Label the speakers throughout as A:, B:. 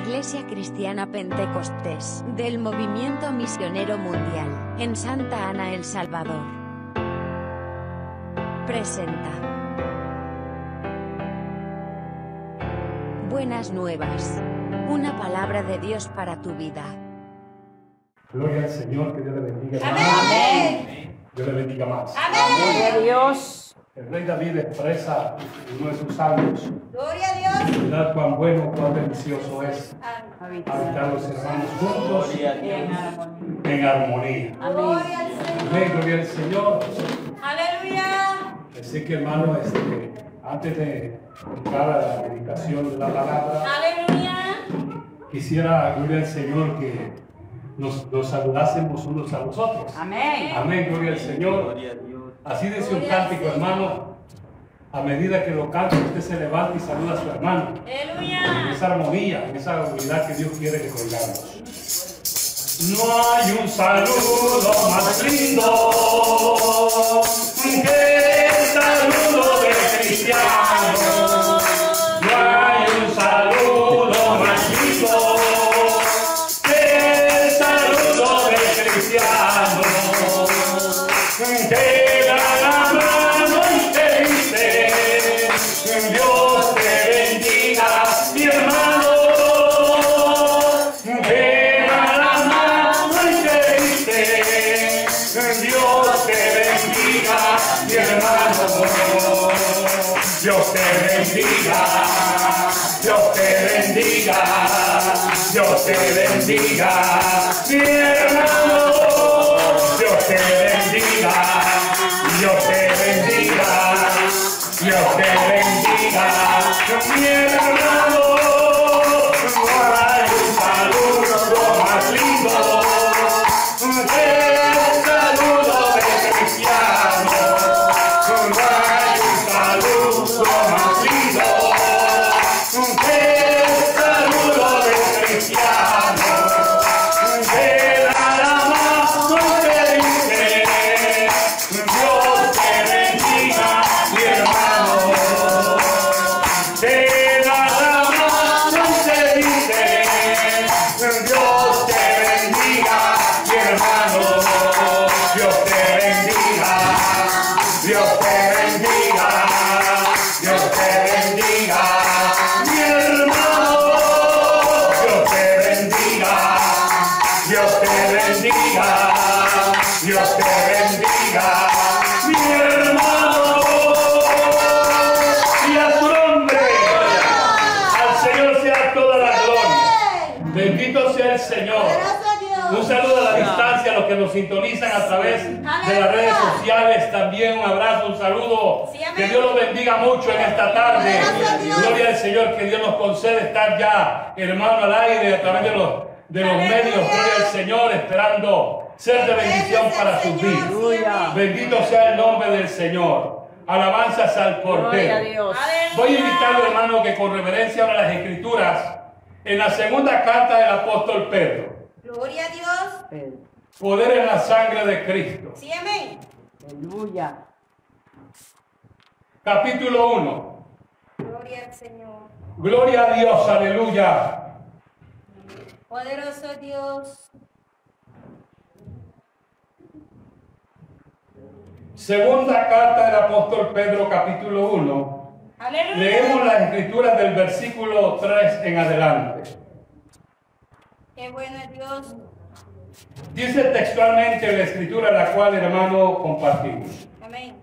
A: Iglesia Cristiana Pentecostés, del Movimiento Misionero Mundial, en Santa Ana, El Salvador. Presenta. Buenas nuevas. Una palabra de Dios para tu vida.
B: Gloria al Señor, que Dios le bendiga.
C: Amén.
B: Dios le bendiga más.
C: Amén.
D: Gloria a Dios.
B: El rey David expresa en uno de sus salmos,
C: Gloria a Dios.
B: ¿verdad? Cuán bueno, cuán delicioso es habitar
D: Habitar
B: los hermanos juntos
D: en armonía.
B: en armonía.
C: Gloria al
B: Amén,
C: Señor.
B: gloria al Señor.
C: Aleluya.
B: Así que hermano, este, antes de entrar a la predicación de la palabra,
C: Aleluya.
B: quisiera, gloria al Señor, que nos, nos saludásemos unos a los otros.
D: Amén.
B: Amén, gloria al Señor.
E: Gloria a Dios.
B: Así dice un cántico, hermano. A medida que lo canta, usted se levanta y saluda a su hermano. en
C: Aleluya.
B: esa armonía, en esa unidad que Dios quiere que tengamos. No hay un saludo más lindo que el saludo de cristiano. No hay un saludo más lindo que el saludo de cristiano. Te da la mano y te dice, Dios te bendiga, mi hermano. Te da la mano y te dice, Dios te bendiga, mi hermano. Dios te bendiga, Dios te bendiga, Dios te bendiga, mi hermano. Dios te bendiga, Dios te bendiga, Dios te bendiga, mi hermano. Hay un saludo más lindo que el saludo de cristiano. Hay un saludo más lindo que el saludo de cristiano. Te da la mano que dice, Dios te bendiga, mi hermano. Te da la mano que dice, Dios te bendiga, mi hermano. Dios te bendiga, Dios te bendiga, Dios te bendiga, mi hermano. Dios te bendiga. Dios te bendiga, Dios te bendiga, mi hermano. Y a su nombre, al Señor sea toda la gloria.
C: Amén.
B: Bendito sea el Señor.
C: Gracias a
B: Un
C: Dios.
B: saludo a la distancia a los que nos sintonizan a través de las redes sociales. También un abrazo, un saludo.
C: Sí, amén.
B: Que Dios los bendiga mucho en esta tarde.
C: Gracias a Dios.
B: Gloria al Señor, que Dios nos concede estar ya, hermano, al aire a través de los, de los
C: Aleluya.
B: medios. Gloria al Señor, esperando ser de bendición para sus vidas.
C: Aleluya.
B: Bendito sea el nombre del Señor. Alabanzas al
D: Gloria a
B: Cordero.
D: Dios.
B: Voy a invitarlo, hermano, que con reverencia ahora las Escrituras, en la segunda carta del apóstol Pedro.
C: Gloria a Dios.
B: Poder en la sangre de Cristo.
C: Sí, amén.
D: Aleluya.
B: Capítulo 1.
C: Gloria al Señor.
B: Gloria a Dios, aleluya.
C: Poderoso Dios.
B: Segunda carta del apóstol Pedro, capítulo 1. Leemos
C: Aleluya.
B: las escrituras del versículo 3 en adelante.
C: Qué bueno es Dios.
B: Dice textualmente la escritura la cual, hermano, compartimos.
C: Amén.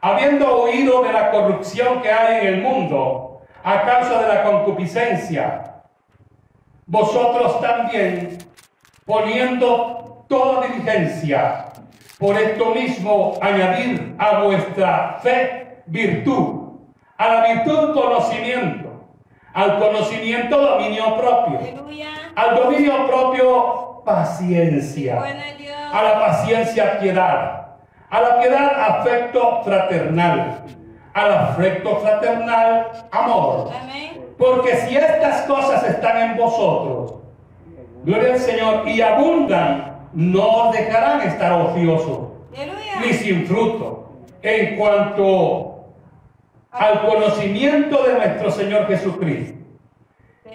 B: habiendo huido de la corrupción que hay en el mundo a causa de la concupiscencia, vosotros también poniendo toda diligencia, por esto mismo añadir a vuestra fe virtud, a la virtud conocimiento, al conocimiento dominio propio,
C: Aleluya.
B: al dominio propio paciencia,
C: Bueno es
B: a
C: Dios.
B: la paciencia piedad, a la piedad afecto fraternal, al afecto fraternal amor.
C: Amén.
B: Porque si estas cosas están en vosotros, gloria al Señor, y abundan, no os dejarán estar ociosos
C: Aleluya.
B: ni sin fruto. En cuanto al conocimiento de nuestro Señor Jesucristo.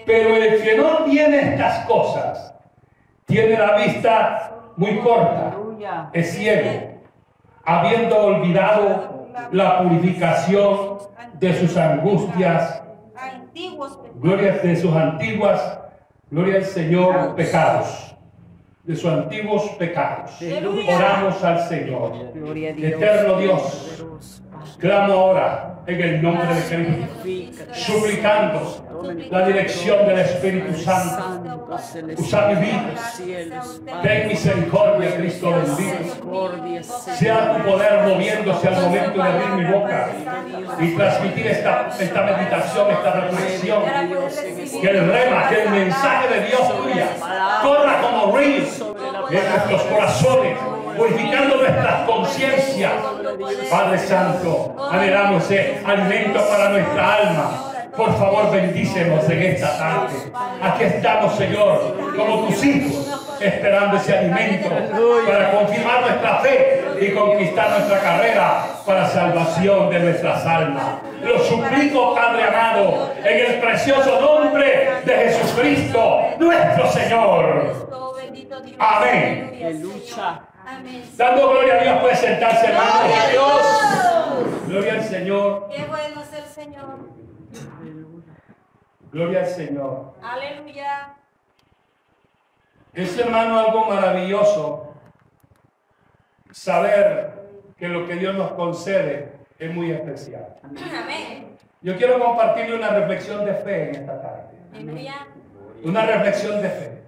B: Pero el que no tiene estas cosas, tiene la vista muy corta,
D: Aleluya.
B: es ciego, habiendo olvidado la purificación de sus angustias
C: Antiguos pecados.
B: Gloria de sus antiguas, gloria al Señor, pecados, de sus antiguos pecados.
C: Aleluya.
B: Oramos al Señor.
D: Gloria a Dios.
B: Eterno Dios,
D: Poderoso, Padre.
B: clamo ahora en el nombre de Cristo, suplicando la dirección del Espíritu Santo.
D: Santo celestial.
B: Usa mi vida.
D: Cielos,
B: Ten misericordia, Cristo bendito.
D: Misericordia,
B: Sea tu poder moviéndose al momento de abrir mi boca y transmitir esta, esta meditación, esta reflexión. Que el rema, que el mensaje de Dios tuya corra como río en nuestros corazones, purificando nuestras conciencias. Padre Santo, anhelamos eh, alimento para nuestra alma. Por favor, bendícenos en esta tarde. Aquí estamos, Señor, como tus hijos, esperando ese alimento para confirmar nuestra fe y conquistar nuestra carrera para salvación de nuestras almas. Lo suplico, Padre amado, en el precioso nombre de Jesucristo, nuestro Señor.
C: Cristo, bendito Dios.
B: Amén.
C: Aleluya, Señor. Amén.
B: Dando gloria a Dios, puede sentarse, hermano.
C: Gloria a Dios.
B: Gloria al Señor,
C: Qué bueno es el Señor.
B: gloria al Señor.
C: Aleluya.
B: Es, hermano, algo maravilloso saber que lo que Dios nos concede es muy especial.
C: Amén.
B: Yo quiero compartirle una reflexión de fe en esta tarde.
C: Aleluya.
B: Una reflexión de fe.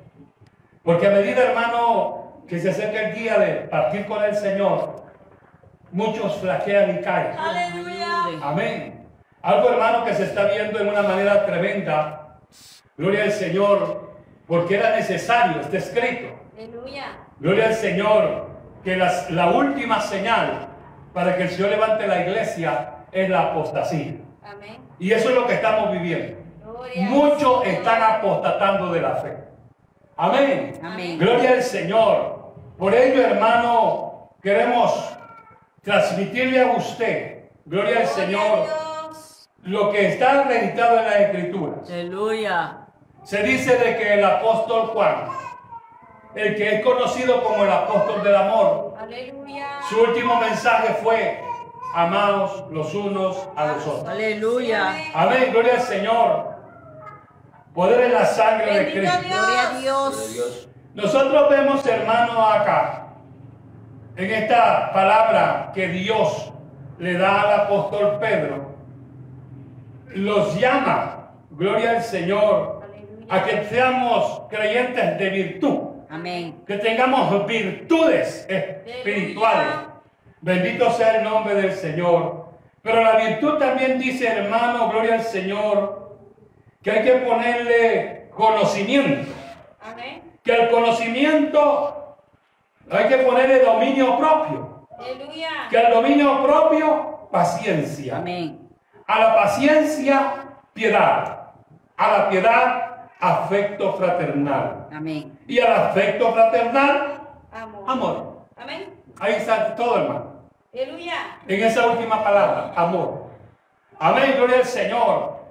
B: Porque a medida, hermano, que se acerca el día de partir con el Señor, muchos flaquean y caen.
C: Aleluya.
B: Amén. Algo, hermano, que se está viendo en una manera tremenda. Gloria al Señor, porque era necesario, está escrito.
C: Aleluya.
B: Gloria al Señor, que las- la última señal para que el Señor levante la iglesia es la apostasía.
C: Amén.
B: Y eso es lo que estamos viviendo.
C: Gloria.
B: Muchos están apostatando de la fe. Amén.
D: Amén.
B: Gloria al Señor. Por ello, hermano, queremos transmitirle a usted, gloria al Señor,
C: Gloria a Dios.
B: lo que está registrado en las escrituras.
D: Eh. Aleluya.
B: Se dice de que el apóstol Juan, el que es conocido como el apóstol del amor,
C: Aleluya.
B: su último mensaje fue, amaos los unos a los otros.
D: Aleluya.
B: Amén, gloria al Señor. Poder en la sangre de
C: Bendito
B: Cristo.
C: Gloria a Dios.
B: Nosotros vemos, hermano, acá, en esta palabra que Dios le da al apóstol Pedro, los llama, gloria al Señor, a que seamos creyentes de virtud,
D: Amén.
B: que tengamos virtudes espirituales. Bendito sea el nombre del Señor. Pero la virtud también dice, hermano, gloria al Señor, que hay que ponerle conocimiento
C: Amén.
B: que al conocimiento hay que ponerle dominio propio,
C: Aleluya.
B: que al dominio propio paciencia,
D: Amén.
B: a la paciencia piedad, a la piedad afecto fraternal
D: Amén.
B: y al afecto fraternal
C: Amor.
B: amor.
C: Amén.
B: Ahí está todo hermano,
C: Aleluya.
B: en esa última palabra, amor. Amén, gloria al Señor.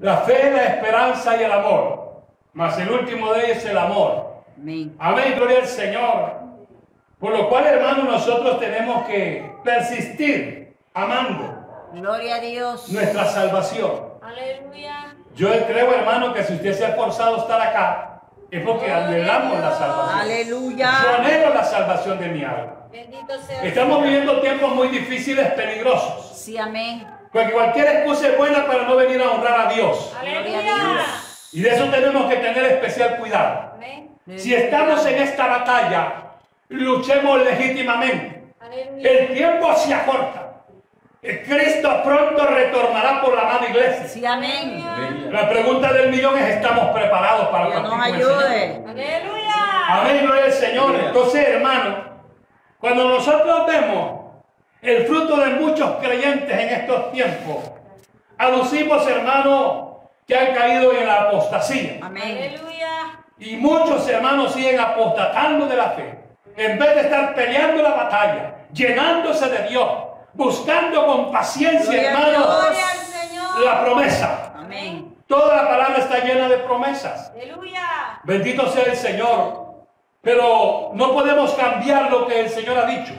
B: La fe, la esperanza y el amor. Mas el último de ellos es el amor.
D: Amén.
B: Amén, gloria al Señor. Por lo cual, hermano, nosotros tenemos que persistir amando
D: Gloria a Dios.
B: nuestra salvación.
C: Aleluya.
B: Yo creo, hermano, que si usted se ha forzado a estar acá, es porque anhelamos la salvación. Yo
D: Aleluya.
B: anhelo la salvación de mi alma.
C: Bendito sea. el
B: Estamos
C: Señor.
B: viviendo tiempos muy difíciles, peligrosos.
D: Sí, amén.
B: Porque cualquier excusa es buena para no venir a honrar a Dios.
D: Gloria a
C: Aleluya.
D: Dios.
B: Y de eso tenemos que tener especial cuidado.
C: Amén.
B: Si estamos en esta batalla, luchemos legítimamente.
C: Aleluya.
B: El tiempo se acorta. Cristo pronto retornará por la mano iglesia.
D: Sí, amén.
B: La pregunta del millón es, ¿estamos preparados para
D: Dios nos
B: partir con el Señor?
D: ayude.
C: Aleluya.
B: Amén, gloria al Señor. Entonces, hermano, cuando nosotros vemos el fruto de muchos creyentes en estos tiempos, aducimos, hermano, que han caído en la apostasía.
D: Amén.
C: Aleluya.
B: Y muchos hermanos siguen apostatando de la fe. En vez de estar peleando la batalla, llenándose de Dios, buscando con paciencia,
D: Gloria a
B: hermano,
C: Gloria al Señor.
B: la promesa.
D: Amén.
B: Toda la palabra está llena de promesas.
C: Aleluya.
B: Bendito sea el Señor. Pero no podemos cambiar lo que el Señor ha dicho.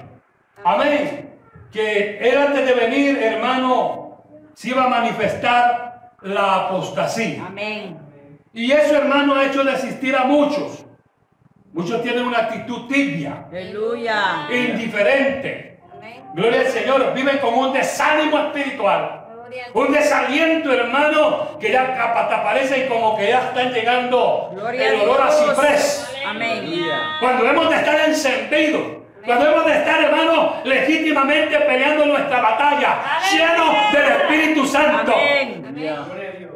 B: Amén. Que él antes de venir, hermano, se iba a manifestar la apostasía.
D: Amén.
B: Y eso, hermano, ha hecho desistir a muchos. Muchos tienen una actitud tibia,
D: Aleluya.
B: indiferente.
C: Amén.
B: Gloria al Señor. Viven con un desánimo espiritual.
C: Gloria al
B: Un desaliento, hermano, que ya capa- te aparece y como que ya están llegando
D: Gloria
B: el olor a,
D: a Dios.
B: ciprés.
D: Amén.
B: Cuando hemos de estar encendidos, cuando hemos de estar, hermano, legítimamente peleando nuestra batalla,
C: Aleluya.
B: llenos del Espíritu Santo.
D: Amén.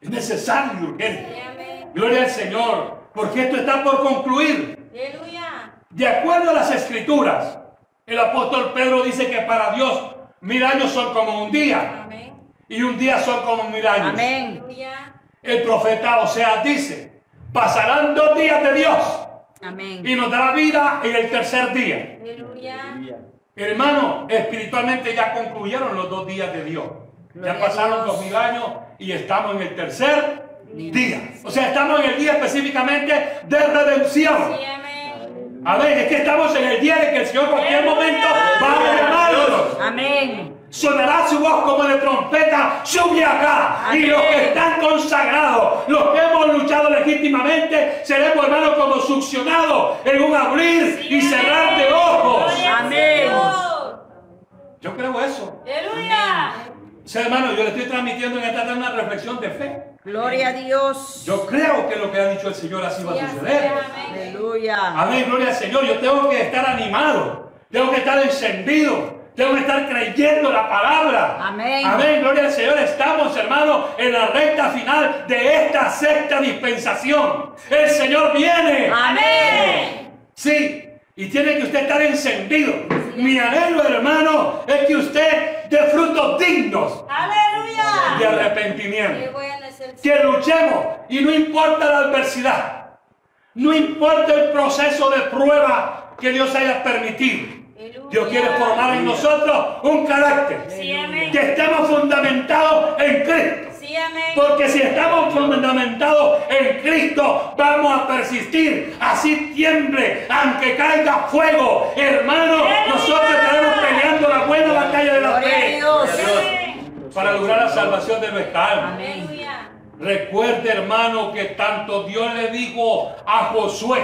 B: Es necesario, y urgente.
C: Amén.
B: Gloria al Señor, porque esto está por concluir.
C: Aleluya.
B: De acuerdo a las Escrituras, el apóstol Pedro dice que para Dios mil años son como un día
C: Amén.
B: y un día son como mil años.
D: Amén.
C: Aleluya.
B: El profeta Oseas dice, pasarán dos días de Dios
D: Amén.
B: y nos dará vida en el tercer día.
C: Aleluya.
B: Hermano, espiritualmente ya concluyeron los dos días de Dios. ya
D: Gloria a
B: pasaron
D: Dios.
B: dos mil años y estamos en el tercer día. O sea, estamos en el día específicamente de redención.
C: Sí, amén.
B: A ver, es que estamos en el día de que el Señor en cualquier momento va a llamarnos.
D: Amén.
B: Sonará su voz como de trompeta, sube acá. Y
D: Amén.
B: los que están consagrados, los que hemos luchado legítimamente, seremos hermanos como succionados en un abrir y cerrar de ojos.
C: Gloria al
D: Amén.
C: Señor.
B: Yo creo eso.
C: Aleluya.
B: O sea, hermano, yo le estoy transmitiendo en esta tarde una reflexión de fe.
D: Gloria a Dios.
B: Yo creo que lo que ha dicho el Señor así va
C: Sí,
B: a
C: así
B: suceder.
C: es, amén.
D: Aleluya.
B: Amén, gloria al Señor. Yo tengo que estar animado, tengo que estar encendido, tengo que estar creyendo la palabra.
D: Amén.
B: Amén, gloria al Señor. Estamos, hermano, en la recta final de esta sexta dispensación. El Señor viene.
D: Amén.
B: Sí, y tiene que usted estar encendido. Mi anhelo, hermano, es que usted dé frutos dignos de
C: Aleluya.
B: arrepentimiento.
C: Qué bueno es el
B: que luchemos y no importa la adversidad, no importa el proceso de prueba que Dios haya permitido.
C: Señor.
B: Dios quiere formar en nosotros un carácter,
C: Sí, amén.
B: que estemos fundamentados en Cristo.
C: Sí, amén.
B: Porque si estamos fundamentados en Cristo, vamos a persistir. Así tiemble, aunque caiga fuego. Hermano, nosotros estaremos peleando la buena batalla de la
D: Gloria a
B: fe.
D: Dios.
C: Amén.
B: Para lograr la salvación de nuestra alma.
C: Aleluya.
B: Recuerde, hermano, que tanto Dios le dijo a Josué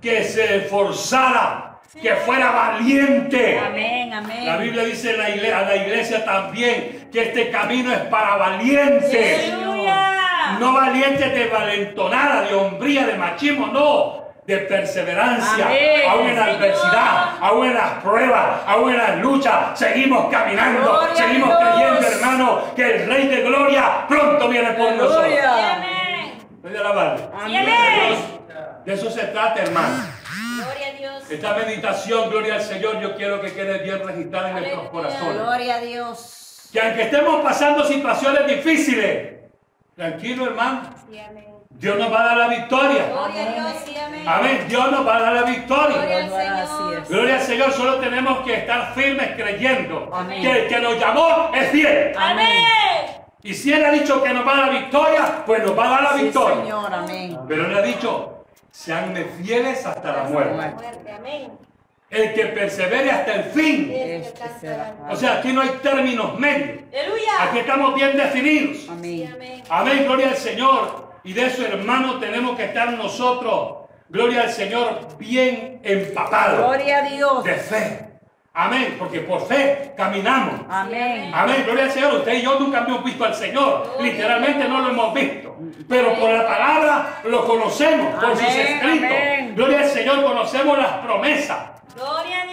B: que se esforzara, que fuera valiente.
D: Amén.
B: La
D: Amén.
B: Biblia dice en la igle- a la iglesia también que este camino es para valientes.
C: Aleluya.
B: No valientes de valentonada, de hombría, de machismo, no. De perseverancia,
D: Amén,
B: aún en la
C: Señor.
B: adversidad, aún en las pruebas, aún en las luchas, seguimos caminando,
D: Gloria a
B: seguimos
D: Dios.
B: creyendo, hermano, que el Rey de Gloria pronto viene por nosotros.
C: Sí,
D: Gloria.
C: amén.
B: Voy a alabarle.
C: Sí, amén.
B: De eso se trata, hermano.
C: Gloria a Dios.
B: Esta meditación, gloria al Señor, yo quiero que quede bien registrada en nuestros
C: Aleluya.
B: corazones.
D: Gloria a Dios.
B: Que aunque estemos pasando situaciones difíciles, tranquilo, hermano,
C: Sí, amén.
B: Dios nos va a dar la victoria.
C: Gloria a Dios. Sí, amén.
B: Amén, Dios nos va a dar la
C: Gloria
B: victoria.
C: al Señor.
D: Así
B: Gloria al Señor, solo tenemos que estar firmes creyendo
D: Amén.
B: que el que nos llamó es fiel.
C: Amén.
B: Y si Él ha dicho que nos va a dar la victoria, pues nos va a dar la
D: Sí,
B: victoria.
D: Señor. Amén.
B: Pero Él ha dicho, seanme fieles hasta la muerte.
C: Muerte, amén.
B: El que persevere hasta el fin.
C: Este
D: Este será.
C: cantará.
B: O sea, aquí no hay términos medios. Aquí
C: Aleluya.
B: estamos bien definidos.
C: Sí,
D: Amén.
C: amén.
B: Amén, gloria al Señor. Y de eso, hermano, tenemos que estar nosotros, gloria al Señor, bien empapados
D: Gloria a Dios.
B: de fe. Amén, porque por fe caminamos.
D: Amén.
B: Amén, gloria al Señor. Usted y yo nunca hemos visto al Señor. Literalmente no lo hemos visto. Pero por la palabra lo conocemos, por sus
D: Amén,
B: escritos.
D: amén.
B: Gloria al Señor, conocemos las promesas.
C: Gloria a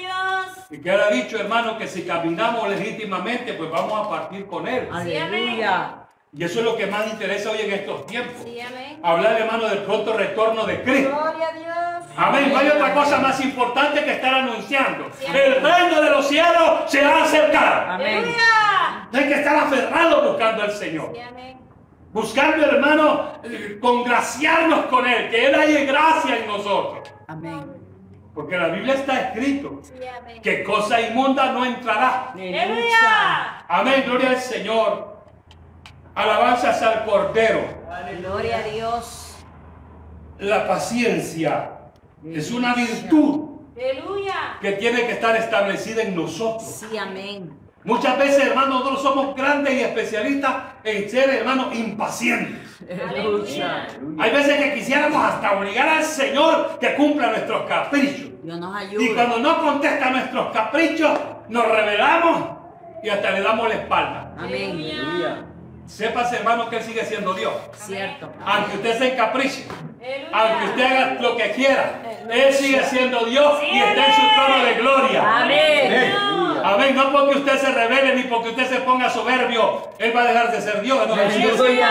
C: Dios.
B: Y queda dicho, hermano, que si caminamos legítimamente, pues vamos a partir con Él.
D: Aleluya.
B: Y eso es lo que más interesa hoy en estos tiempos.
C: Sí, amén.
B: Hablar, hermano, del pronto retorno de Cristo.
C: Gloria a Dios.
B: Amén. No hay otra cosa más importante que estar anunciando. El reino de los cielos se ha acercado.
D: Amén.
C: Aleluya.
B: Hay que estar aferrado buscando al Señor.
C: Sí, amén.
B: Buscando, hermano, eh, congraciarnos con Él, que Él haya gracia en nosotros.
D: Amén.
B: Porque la Biblia está escrito
C: Sí, amén.
B: que cosa inmunda no entrará.
D: Aleluya.
C: Aleluya.
B: Amén, gloria al Señor. Alabanzas al Cordero.
D: Gloria a Dios.
B: La paciencia es una virtud
C: Aleluya.
B: que tiene que estar establecida en nosotros.
D: Sí, amén.
B: Muchas veces, hermano, nosotros somos grandes y especialistas en ser, hermano, impacientes.
D: Aleluya.
B: Hay veces que quisiéramos hasta obligar al Señor que cumpla nuestros caprichos.
D: Dios nos
B: Y
D: ayuda.
B: cuando no contesta nuestros caprichos, nos rebelamos y hasta le damos la espalda.
D: Amén.
C: Aleluya.
B: Sépase, hermano, que Él sigue siendo Dios.
D: Cierto.
B: Aunque usted se encapriche,
C: Aleluya.
B: aunque usted haga lo que quiera, Él sigue siendo Dios y está en su trono de gloria.
D: Amén.
B: Amén. No porque usted se revele ni porque usted se ponga soberbio, Él va a dejar de ser Dios. No, Él sigue siendo Dios.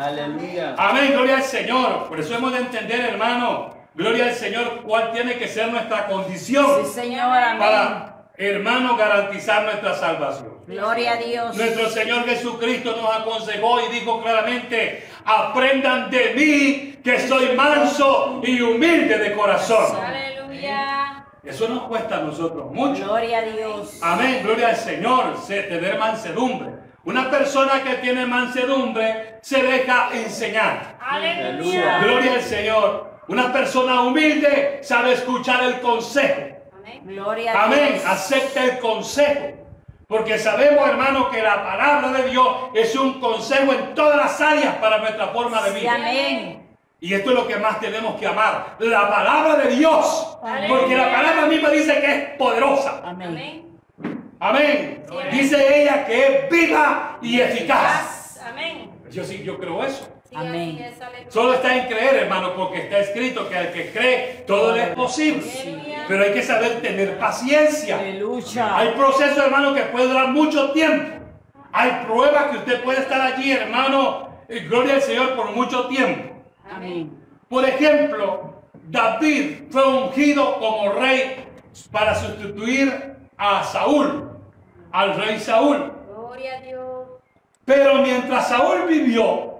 E: Aleluya.
B: Amén, gloria al Señor. Por eso hemos de entender, hermano, gloria al Señor, cuál tiene que ser nuestra condición
D: Sí, Señor. Amén.
B: para, hermano, garantizar nuestra salvación.
D: Gloria a Dios.
B: Nuestro Señor Jesucristo nos aconsejó y dijo claramente, aprendan de mí que soy manso y humilde de corazón.
C: Aleluya.
B: Eso nos cuesta a nosotros mucho.
D: Gloria a Dios.
B: Amén, gloria al Señor, se- tener mansedumbre. Una persona que tiene mansedumbre se deja enseñar.
C: Aleluya.
B: Gloria al Señor. Una persona humilde sabe escuchar el consejo.
C: Amén.
D: Gloria a
B: Amén.
D: Dios.
B: Acepta el consejo. Porque sabemos, hermano, que la palabra de Dios es un consejo en todas las áreas para nuestra forma de
D: Sí,
B: vida.
D: amén.
B: Y esto es lo que más tenemos que amar. La palabra de Dios. Porque la palabra misma dice que es poderosa.
D: Amén.
C: Amén.
B: Amén. Dice ella que es viva y eficaz.
C: Paz. Amén.
B: Yo sí, yo creo eso.
C: Sí,
D: Amén.
C: así es, aleluya.
B: Solo está en creer, hermano, porque está escrito que al que cree todo le es posible.
C: Aleluya.
B: Pero hay que saber tener paciencia. Hay
D: Aleluya.
B: procesos, hermano, que puede durar mucho tiempo. Hay pruebas que usted puede estar allí, hermano, y gloria al Señor, por mucho tiempo.
D: Amén.
B: Por ejemplo, David fue ungido como rey para sustituir a Saúl, al rey Saúl.
C: Gloria a Dios.
B: Pero mientras Saúl vivió,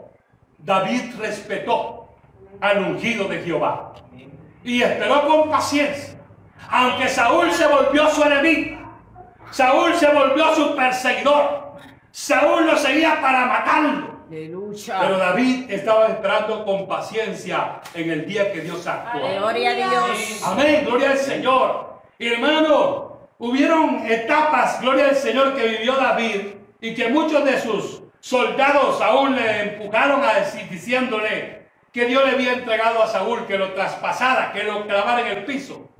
B: David respetó al ungido de Jehová y esperó con paciencia. Aunque Saúl se volvió su enemigo, Saúl se volvió su perseguidor, Saúl lo seguía para matarlo. Pero
D: Aleluya.
B: David estaba esperando con paciencia en el día que Dios actuó.
D: Gloria a Dios.
B: Amén, gloria al Señor. Hermano, hubieron etapas, gloria al Señor, que vivió David y que muchos de sus soldados aún le empujaron a decir, diciéndole que Dios le había entregado a Saúl, que lo traspasara, que lo clavara en el piso.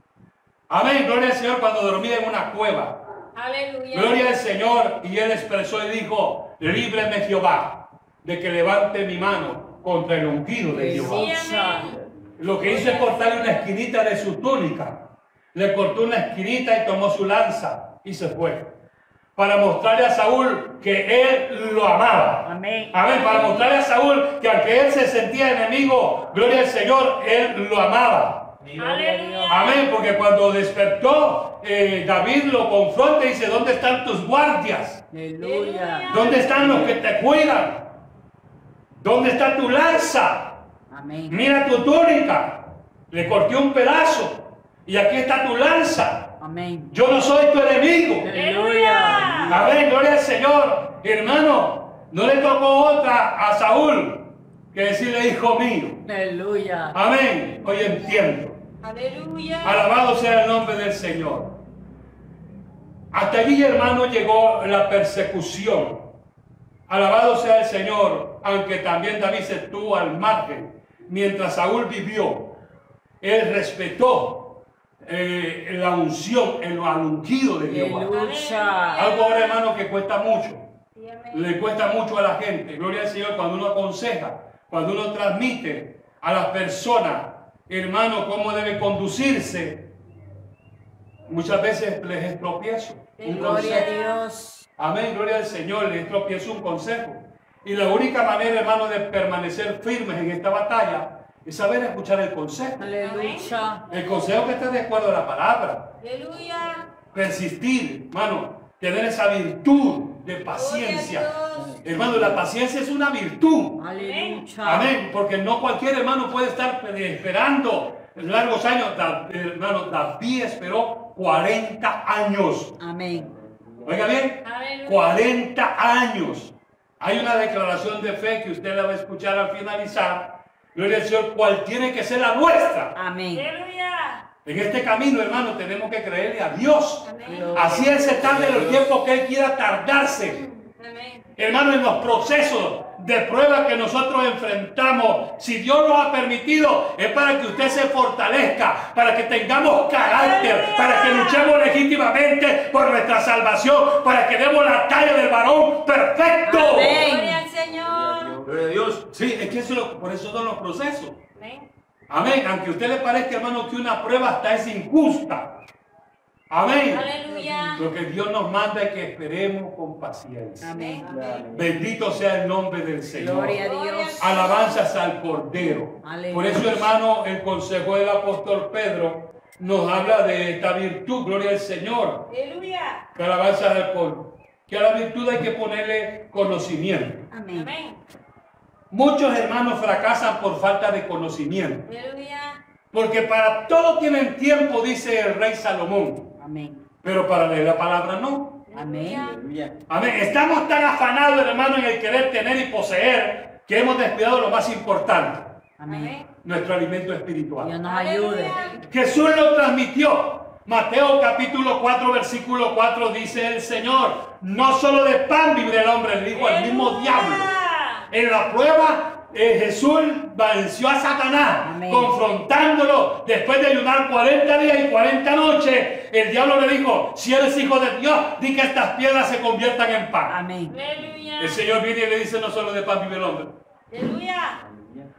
B: Amén, gloria al Señor, cuando dormía en una cueva.
C: Aleluya.
B: Gloria al Señor, y él expresó y dijo, líbreme Jehová de que levante mi mano contra el ungido de Jehová.
C: Sí, amén.
B: Lo que hizo es cortarle una esquinita de su túnica. Le cortó una esquinita y tomó su lanza y se fue. Para mostrarle a Saúl que él lo amaba.
D: Amén.
B: Amén. Para mostrarle a Saúl que aunque él se sentía enemigo, gloria al Señor, él lo amaba.
C: Aleluya.
B: Amén. Porque cuando despertó, eh, David lo confronta y dice, ¿dónde están tus guardias?
D: Aleluya.
B: ¿Dónde están los que te cuidan? ¿Dónde está tu lanza?
D: Amén.
B: Mira tu túnica, le corté un pedazo y aquí está tu lanza.
D: Amén.
B: Yo no soy tu enemigo.
D: Aleluya.
B: A ver, gloria al Señor. Hermano, no le tocó otra a Saúl que decirle, hijo mío.
D: Aleluya.
B: Amén. Hoy entiendo.
C: Aleluya.
B: Alabado sea el nombre del Señor. Hasta allí, hermano, llegó la persecución. Alabado sea el Señor, aunque también David se estuvo al margen. Mientras Saúl vivió, él respetó eh, la unción, el ungido de Jehová.
D: Aleluya.
B: Algo ahora, hermano, que cuesta mucho
C: Sí, amén.
B: le cuesta mucho a la gente. Gloria al Señor cuando uno aconseja, cuando uno transmite a las personas, hermano, cómo debe conducirse. Muchas veces les es tropiezo. Un
D: Gloria a
B: consejo.
D: Dios.
B: Amén, gloria al Señor, les es tropiezo un consejo. Y la única manera, hermano, de permanecer firmes en esta batalla es saber escuchar el consejo.
D: Aleluya.
B: El consejo que esté de acuerdo a la palabra.
C: Aleluya.
B: persistir, hermano, tener esa virtud de paciencia.
C: Gloria a Dios.
B: Hermano, la paciencia es una virtud.
D: Aleluya.
B: Amén, porque no cualquier hermano puede estar esperando largos años. Da- hermano, David esperó 40 años.
D: Amén.
B: Oiga bien,
C: Aleluya.
B: 40 años. Hay una declaración de fe que usted la va a escuchar al finalizar. Gloria al Señor, cuál tiene que ser la nuestra.
D: Amén.
C: Aleluya.
B: En este camino, hermano, tenemos que creerle a Dios.
C: Amén.
B: Así es se tarde los tiempos que Él quiera tardarse.
C: Amén.
B: Hermano, en los procesos de prueba que nosotros enfrentamos, si Dios nos ha permitido, es para que usted se fortalezca, para que tengamos carácter, para que luchemos legítimamente por nuestra salvación, para que demos la talla del varón perfecto.
D: Amén.
C: Gloria al Señor.
B: Gloria a Dios. Sí, es que eso, es lo- por eso son los procesos.
C: Amén.
B: Amén. Aunque a usted le parezca, hermano, que una prueba hasta es injusta. Amén.
C: Aleluya.
B: Lo que Dios nos manda es que esperemos con paciencia.
D: Amén.
B: Bendito sea el nombre del Señor.
D: Gloria a Dios.
B: Alabanzas al Cordero.
D: Aleluya.
B: Por eso, hermano, el consejo del apóstol Pedro nos habla de esta virtud. Gloria al Señor.
C: Aleluya.
B: Que alabanzas al Cordero. Que a la virtud hay que ponerle conocimiento.
D: Amén.
C: Amén.
B: Muchos hermanos fracasan por falta de conocimiento.
C: Aleluya.
B: Porque para todo tienen tiempo, dice el rey Salomón.
D: Amén.
B: Pero para leer la palabra no.
D: Amén.
B: Amén. Estamos tan afanados, hermano, en el querer tener y poseer que hemos descuidado lo más importante,
D: Amén.
B: nuestro alimento
D: Dios
B: espiritual.
D: nos ayude.
C: Aleluya.
B: Jesús lo transmitió. Mateo capítulo 4, versículo 4 dice el Señor, no solo de pan vive el hombre, le dijo al mismo diablo. En la prueba, eh, Jesús venció a Satanás,
D: Amén.
B: confrontándolo. Después de ayunar 40 días y 40 noches, el diablo le dijo, si eres hijo de Dios, di que estas piedras se conviertan en pan.
D: Amén.
C: Aleluya.
B: El Señor viene y le dice no solo de pan vive el hombre,
C: Aleluya.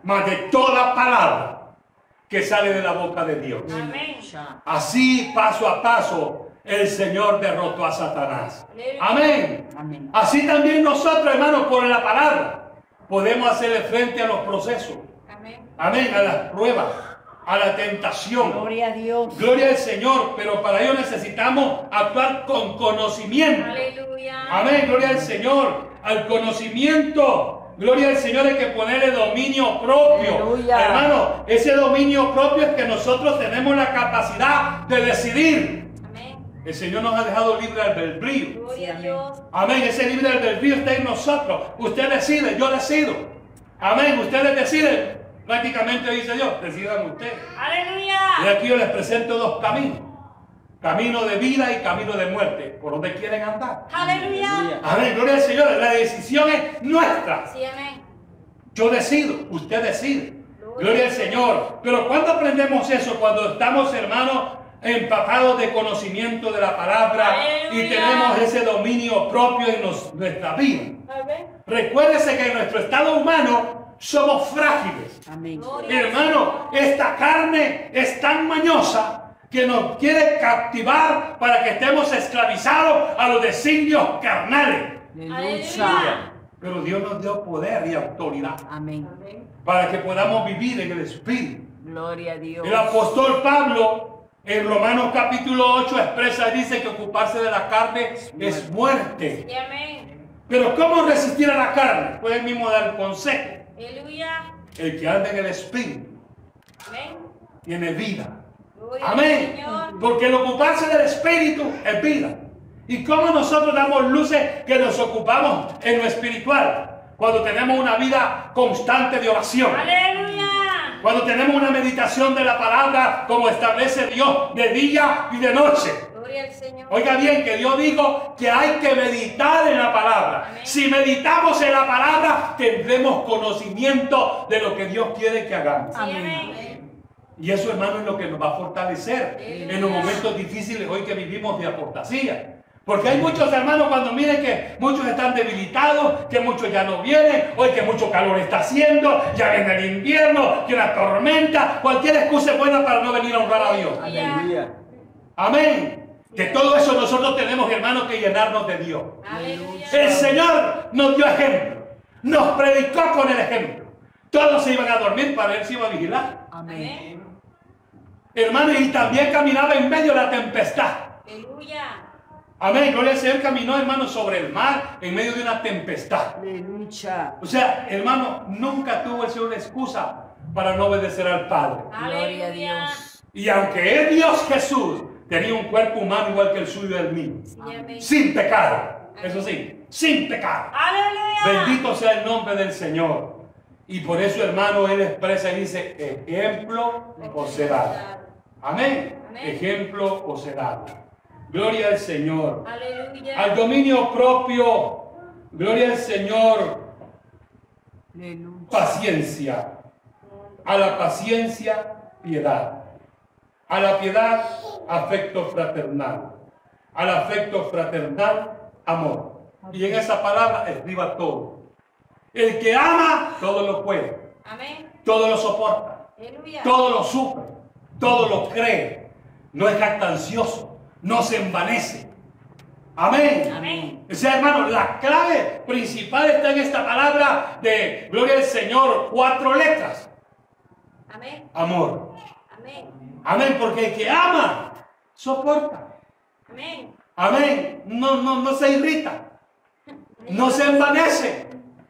B: mas de toda palabra que sale de la boca de Dios.
C: Amén.
D: Aleluya.
B: Así, paso a paso, el Señor derrotó a Satanás. Amén.
D: Amén.
B: Así también nosotros, hermanos, por la palabra, podemos hacerle frente a los procesos.
C: Amén.
B: Amén. A las pruebas, a la tentación.
D: Gloria a Dios.
B: Gloria al Señor, pero para ello necesitamos actuar con conocimiento.
C: Aleluya.
B: Amén, gloria al Señor, al conocimiento. Gloria al Señor, hay que ponerle dominio propio.
D: Aleluya.
B: Hermano, ese dominio propio es que nosotros tenemos la capacidad de decidir.
C: Amén.
B: El Señor nos ha dejado libre albedrío.
D: Sí,
C: Gloria a
D: amén.
C: Dios.
B: Amén, ese libre albedrío está en nosotros. Usted decide, yo decido. Amén, ustedes deciden. Prácticamente dice Dios, decidan ustedes. Y
C: Aleluya.
B: aquí yo les presento dos caminos. Camino de vida y camino de muerte. ¿Por donde quieren andar?
C: Aleluya.
B: Amén, gloria al Señor. La decisión es nuestra.
C: Sí, amén.
B: Yo decido, usted decide. Gloria al Señor. Pero cuando aprendemos eso, cuando estamos, hermanos, empapados de conocimiento de la palabra y
C: Aleluya.
B: tenemos ese dominio propio en nos- nuestra vida.
C: Amén.
B: Recuérdese que en nuestro estado humano somos frágiles.
D: Amén.
C: Gloria al
B: Hermano, esta carne es tan mañosa que nos quiere captivar para que estemos esclavizados a los designios carnales.
D: Aleluya.
B: Pero Dios nos dio poder y autoridad
D: Amén.
C: Amén.
B: para que podamos vivir en el Espíritu.
D: Gloria a Dios.
B: El apóstol Pablo en Romanos capítulo 8 expresa y dice que ocuparse de la carne es muerte.
C: Sí, amén.
B: Pero ¿cómo resistir a la carne? Puede mismo dar el consejo.
C: Aleluya.
B: El que anda en el Espíritu
C: Amén.
B: tiene vida.
C: Gloria al
B: Amén.
C: Señor.
B: Porque el ocuparse del Espíritu es vida. ¿Y cómo nosotros damos luces que nos ocupamos en lo espiritual? Cuando tenemos una vida constante de oración.
C: Aleluya.
B: Cuando tenemos una meditación de la palabra como establece Dios de día y de noche.
C: Gloria al Señor.
B: Oiga bien, que Dios dijo que hay que meditar en la palabra.
C: Amén.
B: Si meditamos en la palabra, tendremos conocimiento de lo que Dios quiere que hagamos.
C: Sí, amén.
B: Y eso, hermano, es lo que nos va a fortalecer
C: Aleluya.
B: en los momentos difíciles hoy que vivimos de apostasía. Porque hay muchos hermanos cuando miren que muchos están debilitados, que muchos ya no vienen, hoy que mucho calor está haciendo, ya viene el invierno, que la tormenta, cualquier excusa es buena para no venir a honrar a Dios.
C: Aleluya.
B: Amén. De todo eso nosotros tenemos, hermanos, que llenarnos de Dios.
C: Aleluya.
B: El Señor nos dio ejemplo. Nos predicó con el ejemplo. Todos se iban a dormir, para él se iba a vigilar.
D: Amén.
C: Amén.
B: Hermano, y también caminaba en medio de la tempestad.
C: Aleluya.
B: Amén. Gloria al Señor caminó, hermano, sobre el mar en medio de una tempestad.
D: Aleluya.
B: O sea, hermano, nunca tuvo el Señor una excusa para no obedecer al Padre.
D: Gloria a
C: Aleluya.
D: Dios.
B: Y aunque es Dios Jesús, tenía un cuerpo humano igual que el suyo y el mío.
C: Señor, amén.
B: Sin pecado. Eso sí, sin pecado.
C: Aleluya.
B: Bendito sea el nombre del Señor. Y por eso, hermano, él expresa y dice, ejemplo os será. Amén.
C: Amén.
B: Ejemplo os será. Gloria al Señor.
C: Aleluya.
B: Al dominio propio. Gloria al Señor.
D: Aleluya.
B: Paciencia. A la paciencia, piedad. A la piedad, afecto fraternal. Al afecto fraternal, amor. Y en esa palabra escriba todo. El que ama, todo lo puede,
C: Amén.
B: todo lo soporta,
C: Aleluya.
B: todo lo sufre, todo lo cree. No es jactancioso, no se envanece. Amén.
C: Amén.
B: O sea, hermano, la clave principal está en esta palabra de Gloria al Señor, cuatro letras.
C: Amén.
B: Amor.
C: Amén.
B: Amén, porque el que ama, soporta.
C: Amén.
B: Amén. No, no, no se irrita. No se envanece.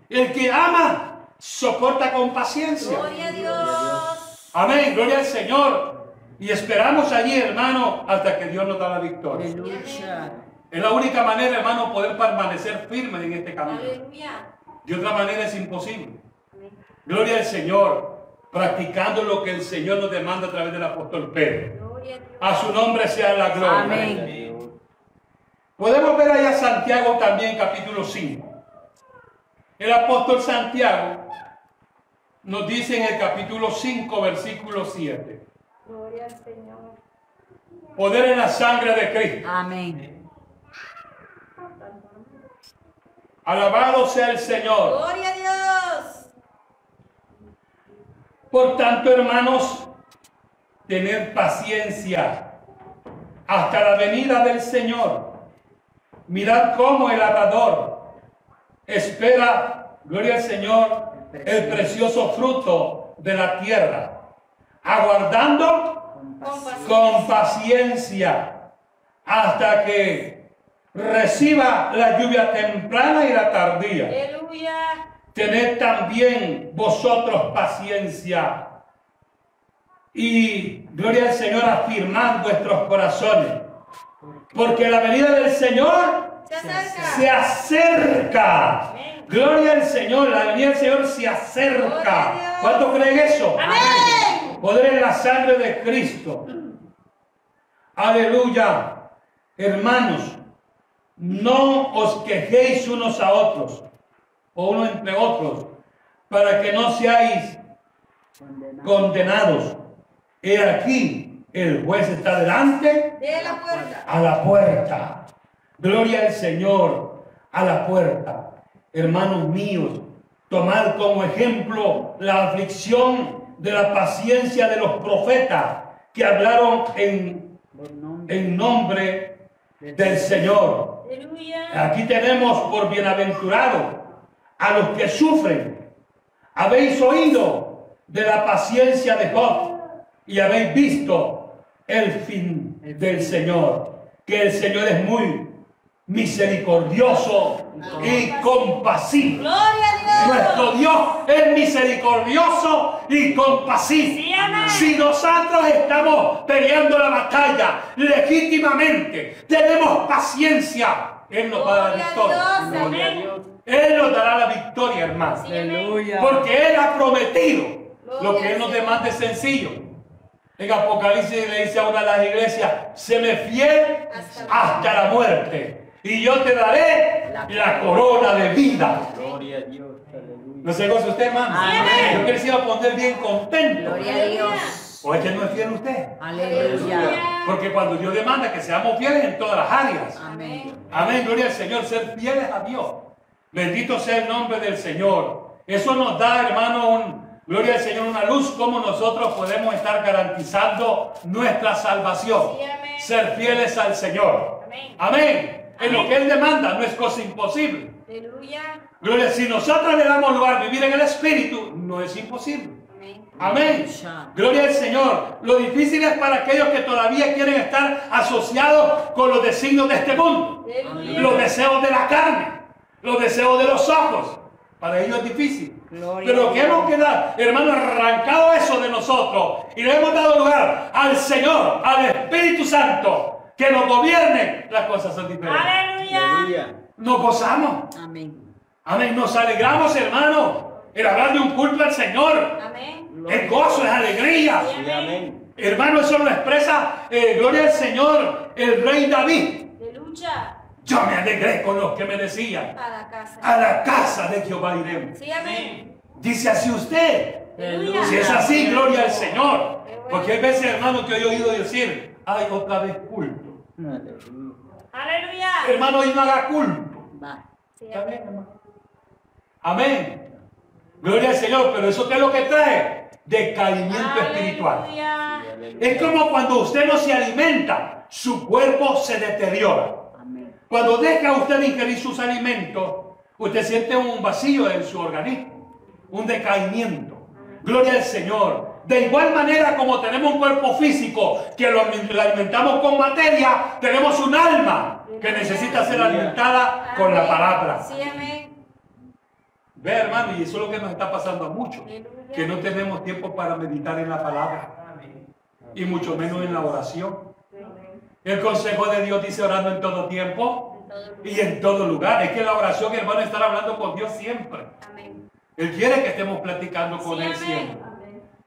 B: El que ama, soporta con paciencia.
C: Gloria a Dios.
B: Amén, gloria al Señor. Y esperamos allí, hermano, hasta que Dios nos da la victoria.
D: Aleluya.
B: Es la única manera, hermano, poder permanecer firmes en este camino.
C: Aleluya.
B: De otra manera es imposible.
C: Amén.
B: Gloria al Señor, practicando lo que el Señor nos demanda a través del apóstol Pedro.
C: Gloria a Dios.
B: A su nombre sea la gloria.
D: Amén.
B: Podemos ver allá Santiago también, capítulo 5. El apóstol Santiago nos dice en el capítulo 5, versículo 7.
C: Gloria al Señor.
B: Poder en la sangre de Cristo.
D: Amén.
B: Alabado sea el Señor.
C: Gloria a Dios.
B: Por tanto, hermanos, tener paciencia hasta la venida del Señor. Mirad cómo el labrador espera, gloria al Señor, el precioso fruto de la tierra, aguardando
C: Compasión.
B: con paciencia hasta que reciba la lluvia temprana y la tardía.
C: Aleluya.
B: Tened también vosotros paciencia y gloria al Señor afirmad vuestros corazones, porque la venida del Señor
C: Se acerca.
B: se acerca.
C: Amén.
B: Gloria al Señor, la venida del Señor se
C: Gloria a
B: acerca.
C: Dios.
B: ¿Cuántos creen eso?
C: Amén.
B: Poder en la sangre de Cristo. Aleluya. Hermanos, no os quejéis unos a otros, o uno entre otros, para que no seáis condenados. He aquí, el juez está delante
C: De la puerta.
B: a la puerta. Gloria al Señor a la puerta. Hermanos míos, tomad como ejemplo la aflicción de la paciencia de los profetas que hablaron en, en nombre del Señor.
C: Aleluya.
B: Aquí tenemos por bienaventurado a los que sufren. Habéis oído de la paciencia de Job y habéis visto el fin del Señor, que el Señor es muy misericordioso y compasivo.
C: Gloria a
B: Nuestro
C: Dios.
B: Dios es misericordioso y compasivo.
C: Sí, amén.
B: Si nosotros estamos peleando la batalla legítimamente, tenemos paciencia, Él nos va a dar la
C: Gloria
B: victoria.
C: a Dios. Amén.
B: Él nos dará la victoria, hermano.
C: Sí, amén.
D: Aleluya.
B: Porque Él ha prometido lo que
C: Gloria
B: Él nos
C: al Señor.
B: demanda es sencillo. En Apocalipsis le dice a una de las iglesias, se me fiel
C: Hasta
B: hasta la muerte. Y yo te daré la corona de vida.
E: Gloria a Dios, aleluya.
B: ¿No se goza usted, hermano?
D: Amén.
B: Yo que se iba a poner bien contento.
D: Gloria a Dios.
B: ¿O es que no es fiel usted?
D: Aleluya.
B: Porque cuando Dios demanda que seamos fieles en todas las áreas.
C: Amén.
B: Amén, gloria al Señor, ser fieles a Dios. Bendito sea el nombre del Señor. Eso nos da, hermano, un- Gloria al Señor, una luz como nosotros podemos estar garantizando nuestra salvación.
C: Sí, amén.
B: Ser fieles al Señor.
C: Amén.
B: Amén. En lo
C: Amén.
B: que Él demanda no es cosa imposible.
C: Aleluya.
B: Gloria, si nosotros le damos lugar a vivir en el Espíritu, no es imposible.
C: Amén.
B: Amén. Gloria al Señor. Lo difícil es para aquellos que todavía quieren estar asociados con los designios de este mundo.
C: Aleluya.
B: Los deseos de la carne, los deseos de los ojos. Para ellos es difícil.
D: Gloria
B: Pero
D: a
B: que hemos quedado, hermano, arrancado eso de nosotros y le hemos dado lugar al Señor, al Espíritu Santo, que nos gobierne, las cosas son diferentes.
C: Aleluya.
B: Nos gozamos.
D: Amén.
B: Amén. Nos alegramos, hermano. El hablar de un culto al Señor.
C: Amén.
B: Es gozo, es alegría.
C: Sí,
E: Sí, amén.
B: Hermano, eso lo expresa, eh, gloria al Señor, el rey David.
C: De lucha
B: Yo me alegré con los que me decían,
C: a la casa.
B: a la casa de Jehová iremos.
C: Sí, amén.
B: Dice así usted.
C: Aleluya.
B: Si es así, gloria al Señor.
C: Qué bueno.
B: Porque hay veces, hermano, que yo he oído decir, ay, otra vez culto.
E: Aleluya.
C: Aleluya.
B: Hermano, hoy no haga culto.
D: Va.
C: Sí,
B: Está
C: amén.
B: bien, hermano. Amén. Gloria al Señor, pero eso que es lo que trae decaimiento espiritual.
C: Aleluya.
B: Es como cuando usted no se alimenta, su cuerpo se deteriora.
D: Amén.
B: Cuando deja usted de ingerir sus alimentos, usted siente un vacío en su organismo, un decaimiento. Gloria al Señor. De igual manera como tenemos un cuerpo físico que lo aliment- lo alimentamos con materia, tenemos un alma que necesita ser alimentada con la palabra.
C: Sí, amén.
B: Ve hermano, y eso es lo que nos está pasando a muchos,
C: Aleluya.
B: que no tenemos tiempo para meditar en la palabra y mucho menos en la oración. El consejo de Dios dice orando en todo tiempo
C: Todo
B: y en todo lugar. Es que la oración, hermano, es estar hablando con Dios siempre.
C: Amén.
B: Él quiere que estemos platicando con
C: Sí,
B: Él
C: amén.
B: siempre.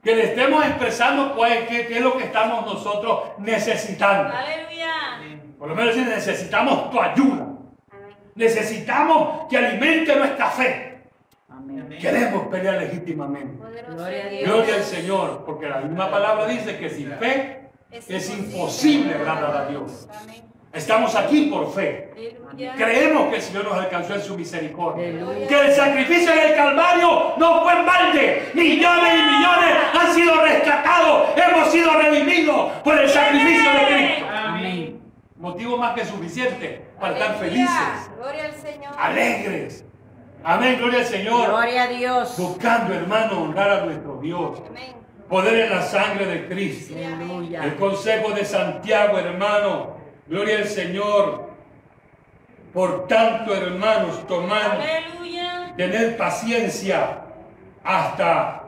B: Que le estemos expresando pues, qué, qué es lo que estamos nosotros necesitando.
C: Aleluya.
B: Por lo menos si necesitamos tu ayuda.
C: Amén.
B: Necesitamos que alimente nuestra fe.
D: Amén.
B: Queremos pelear legítimamente.
C: Poderoso
D: Gloria a
C: Dios.
B: Gloria al Señor, porque la misma palabra dice que sin fe es imposible agradar a Dios.
C: Amén.
B: Estamos aquí por fe.
C: Aleluya.
B: Creemos que el Señor nos alcanzó en su misericordia.
D: Aleluya.
B: Que el sacrificio en el Calvario no fue en balde. Millones y millones han sido rescatados. Hemos sido redimidos por el sacrificio de Cristo.
D: Amén.
B: Motivo más que suficiente para estar
C: Aleluya.
B: felices,
C: Gloria al Señor.
B: alegres. Amén, gloria al Señor.
D: Gloria a Dios.
B: Buscando, hermano, honrar a nuestro Dios.
C: Amén.
B: Poder en la sangre de Cristo. El
D: Aleluya.
B: consejo de Santiago, hermano. Gloria al Señor. Por tanto, hermanos, tomad,
C: Aleluya.
B: tener paciencia hasta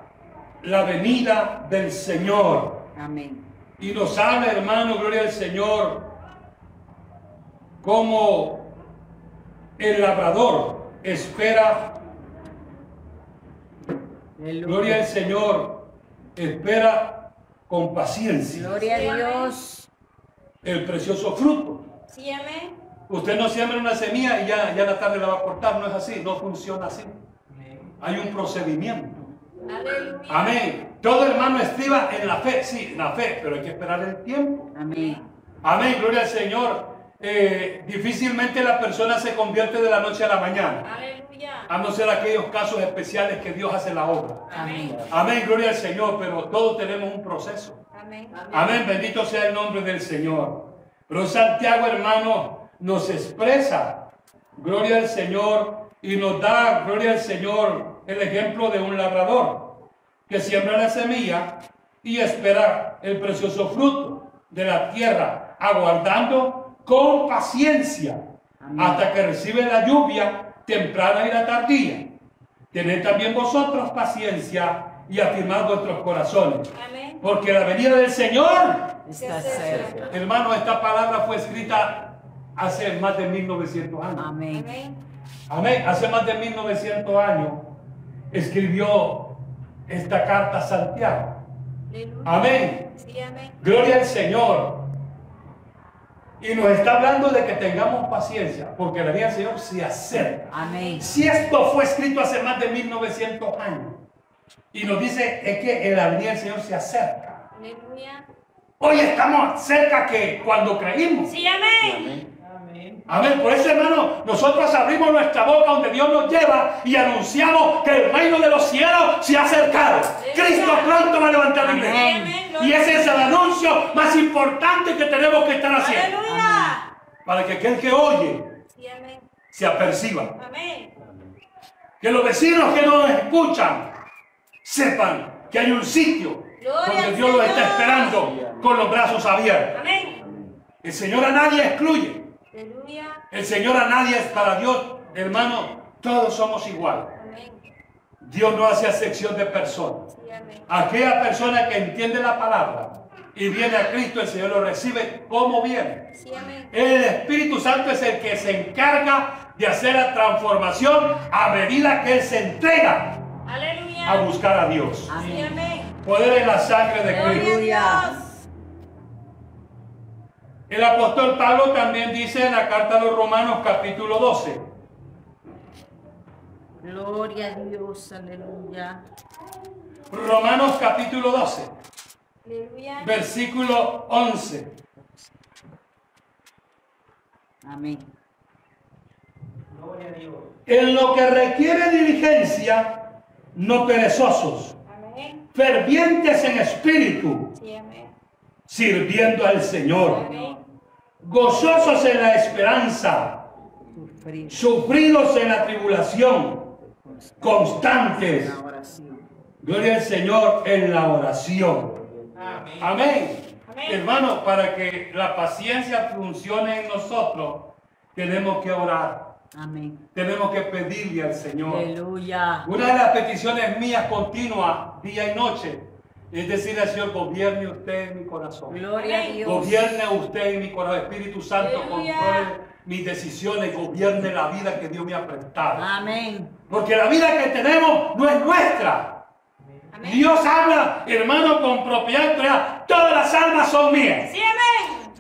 B: la venida del Señor.
D: Amén.
B: Y nos habla, hermano, gloria al Señor, como el labrador espera Gloria al Señor. Espera con paciencia
D: Gloria a Dios.
B: el precioso fruto.
C: Sí, amén.
B: Usted no siembra una semilla y ya, ya la tarde la va a cortar. No es así, no funciona así. Hay un procedimiento.
C: Aleluya.
B: Amén. Todo hermano estriba en la fe. Sí, en la fe, pero hay que esperar el tiempo.
D: Amén.
B: Amén, gloria al Señor. Eh, difícilmente la persona se convierte de la noche a la mañana,
C: Aleluya.
B: a no ser aquellos casos especiales que Dios hace la obra.
D: Amén.
B: Amén, gloria al Señor, pero todos tenemos un proceso.
C: Amén.
B: Amén, bendito sea el nombre del Señor. Pero Santiago, hermano, nos expresa, gloria al Señor, y nos da, gloria al Señor, el ejemplo de un labrador que siembra la semilla y espera el precioso fruto de la tierra, aguardando con paciencia
D: Amén.
B: hasta que recibe la lluvia temprana y la tardía. Tened también vosotros paciencia y afirmad vuestros corazones.
C: Amén.
B: Porque la venida del Señor,
D: Está cerca.
B: hermano, esta palabra fue escrita hace más de 1900 años.
D: Amén.
C: Amén.
B: Amén. Hace más de 1900 años escribió esta carta a Santiago.
C: Aleluya.
B: Amén.
C: Sí, amén.
B: Gloria al Señor. Y nos está hablando de que tengamos paciencia, porque la venida del Señor se acerca.
D: Amén.
B: Si esto fue escrito hace más de 1900 años, y nos dice es que la venida del Señor se acerca.
C: Aleluya.
B: Hoy estamos cerca que cuando creímos.
C: Sí, amén.
E: Amén.
B: Amén. Por eso, hermano, nosotros abrimos nuestra boca donde Dios nos lleva y anunciamos que el reino de los cielos se ha acercado. Cristo pronto va a levantar la iglesia.
C: Amén.
B: Y ese es el anuncio más importante que tenemos que estar haciendo.
C: Aleluya.
B: Para que aquel que oye
C: Sí, amén.
B: se aperciba.
C: Amén.
B: Que los vecinos que nos escuchan sepan que hay un sitio
C: Gloria
B: donde
C: al
B: Dios los está
C: Señor.
B: esperando con los brazos abiertos.
C: Amén.
B: El Señor a nadie excluye.
C: Aleluya.
B: El Señor a nadie es para Dios, hermano. Todos somos iguales.
C: Amén.
B: Dios no hace acepción de personas.
C: Sí, amén.
B: Aquella persona que entiende la palabra y viene a Cristo, el Señor lo recibe como viene.
C: Sí, amén.
B: El Espíritu Santo es el que se encarga de hacer la transformación a medida que Él se entrega
C: Aleluya.
B: a buscar a Dios.
C: Sí, amén.
B: Poder en la sangre de Cristo.
C: Gloria a Dios.
B: El apóstol Pablo también dice en la carta a los Romanos capítulo 12.
D: Gloria a Dios, aleluya.
B: Romanos capítulo 12.
C: Aleluya.
B: versículo 11.
D: Amén.
B: En lo que requiere diligencia, no perezosos,
C: Amén.
B: fervientes en espíritu,
C: Sí, amén.
B: sirviendo al Señor,
C: Amén.
B: gozosos en la esperanza,
D: Sufrir
B: sufridos en la tribulación, constantes,
D: la oración.
B: gloria al Señor en la oración. Amén.
C: Amén.
B: Hermano, para que la paciencia funcione en nosotros, tenemos que orar,
D: Amén.
B: tenemos que pedirle al Señor.
D: Aleluya.
B: Una de las peticiones mías continuas, día y noche, es decirle al Señor, gobierne usted en mi corazón.
D: Gloria a
C: Amén.
D: Dios.
B: Gobierne usted en mi corazón. Espíritu Santo,
C: Aleluya.
B: controle mis decisiones, gobierne la vida que Dios me ha
C: Ah.
B: prestado.
D: Amén.
B: Porque la vida que tenemos no es nuestra.
C: Amén.
B: Dios habla, hermano, con propiedad creada. Todas las almas son mías.
C: Sí,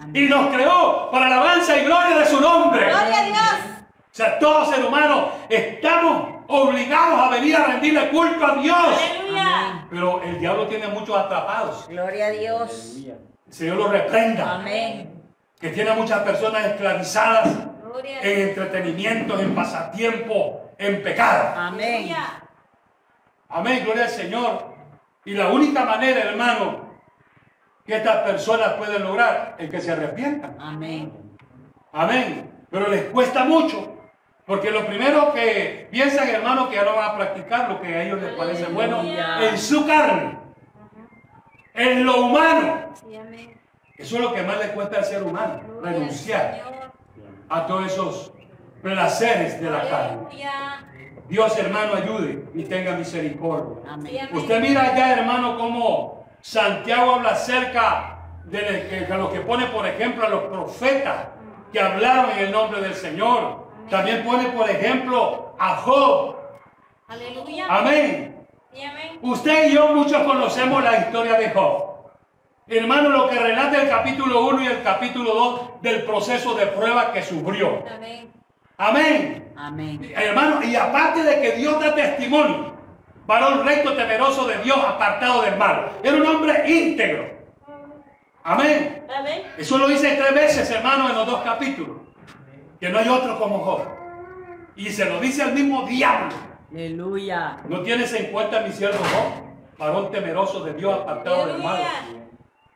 C: amén.
B: Y nos creó para alabanza y gloria de su nombre.
C: Gloria a Dios.
B: O sea, todos seres humanos estamos obligados a venir a rendirle culto a Dios.
C: Aleluya.
B: Pero el diablo tiene muchos atrapados.
D: Gloria a Dios.
B: El Señor lo reprenda.
D: Amén.
B: Que tiene a muchas personas esclavizadas
C: Gloria a Dios.
B: en entretenimiento, en pasatiempo, en pecado.
D: Amén.
C: Aleluya.
B: Amén, gloria al Señor. Y la única manera, hermano, que estas personas pueden lograr es que se arrepientan.
D: Amén.
B: Amén. Pero les cuesta mucho. Porque lo primero que piensan, hermano, que ya no van a practicar lo que a ellos les parece bueno
D: Aleluya.
B: en su carne, en lo humano.
C: Sí, amén.
B: Eso es lo que más le cuesta al ser humano,
C: Gloria al
B: renunciar
C: Señor.
B: a todos esos placeres de la carne.
C: Aleluya.
B: Dios, hermano, ayude y tenga misericordia.
C: Sí,
D: Amén.
C: amén.
B: Usted mira allá, hermano, cómo Santiago habla acerca de lo que- de lo que pone, por ejemplo, a los profetas que hablaron en el nombre del Señor. También pone, por ejemplo, a Job.
C: Aleluya.
B: Ah. Amén.
C: Sí, amén.
B: Usted y yo muchos conocemos la historia de Job. Hermano, lo que relata el capítulo 1 y el capítulo 2 del proceso de prueba que sufrió.
C: Amén.
B: Amén.
D: Amén.
B: Hermano, y aparte de que Dios da testimonio, varón recto, temeroso de Dios, apartado del mal. Era un hombre íntegro. Amén.
C: Amén.
B: Eso lo dice tres veces, hermano, en los dos capítulos. Que no hay otro como Job. Y se lo dice el mismo diablo.
D: Aleluya.
B: ¿No tienes en cuenta mi siervo Job, varón temeroso de Dios, apartado del mal?
C: Aleluya.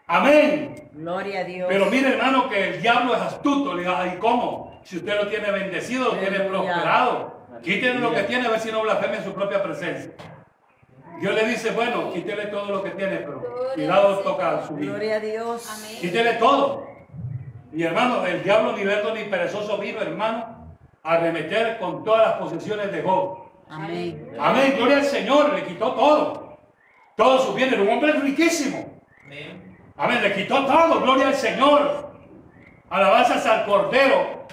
B: Amén.
D: Gloria a Dios.
B: Pero mire, hermano, que el diablo es astuto. Le diga, ay, ¿cómo? Si usted lo tiene bendecido, lo tiene
D: Aleluya.
B: prosperado. Quítenle lo que tiene, a ver si no blasfeme en su propia presencia. Dios le dice, bueno, quítele todo lo que tiene, pero cuidado toca su vida.
D: Gloria a Dios.
C: Amén.
B: Quítele todo. Y hermano, el diablo ni verdo ni perezoso vino, hermano, a arremeter con todas las posesiones de Job.
D: Amén.
B: Amén, gloria al Señor, le quitó todo. Todo su bien, era un hombre riquísimo. Amén, le quitó todo, gloria al Señor. Alabanzas al Cordero.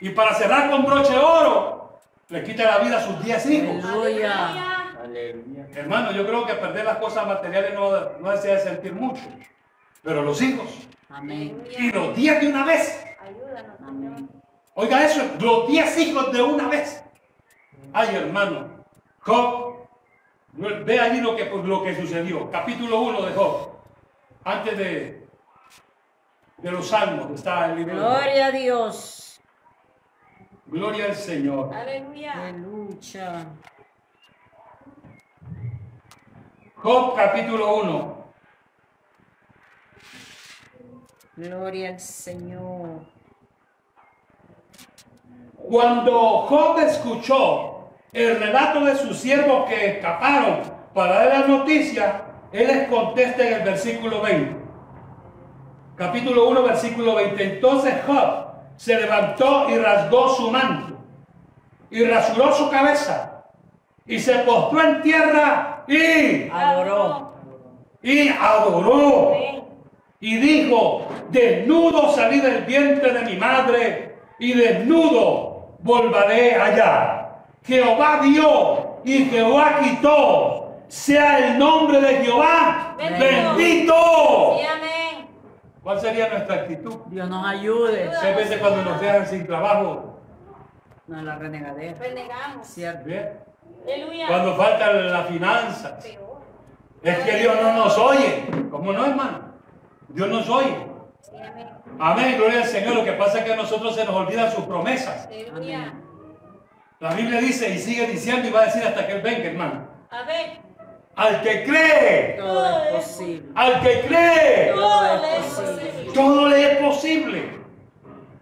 B: Y para cerrar con broche de oro, le quita la vida a sus diez hijos.
D: Aleluya.
C: Aleluya.
E: Aleluya.
B: Hermano, yo creo que perder las cosas materiales no, no se hace sentir mucho. Pero los hijos,
D: Amén.
B: y los diez de una vez.
C: Ayúdanos, Señor.
D: Amén.
B: Oiga eso, los diez hijos de una vez. Ay, hermano, Job, ve allí lo que, lo que sucedió. Capítulo 1 de Job, antes de, de los salmos, que está el libro. de Job.
D: Gloria a Dios.
B: Gloria al Señor.
C: Aleluya.
D: Aleluya.
B: Job capítulo 1.
D: Gloria al Señor.
B: Cuando Job escuchó el relato de sus siervos que escaparon para dar la noticia, él les contesta en el versículo 20. Capítulo 1, versículo 20. Entonces Job se levantó y rasgó su manto y rasuró su cabeza y se postró en tierra y,
D: Adoró.
B: y adoró.
C: Amén.
B: Y dijo, desnudo salí del vientre de mi madre y desnudo volveré allá. Jehová dio y Jehová quitó. Sea el nombre de Jehová
C: Bendito.
B: bendito.
C: Sí, amén.
B: ¿Cuál sería nuestra actitud?
D: Dios nos ayude.
B: Muchas veces cuando nos dejan sin trabajo,
D: No la renegadera.
C: Renegamos.
D: Cierto.
B: ¿bien?
C: Aleluya.
B: cuando faltan las finanzas,
C: Peor.
B: es que Dios no nos oye. ¿Cómo no, hermano? Dios nos oye.
C: Sí, amén.
B: Amén, gloria al Señor. Lo que pasa es que a nosotros se nos olvidan sus promesas.
C: Aleluya.
B: La Biblia dice y sigue diciendo y va a decir hasta que Él venga, hermano.
C: A ver.
B: Al que cree,
D: Todo es posible.
B: al que cree,
C: Todo es posible.
B: todo le es posible.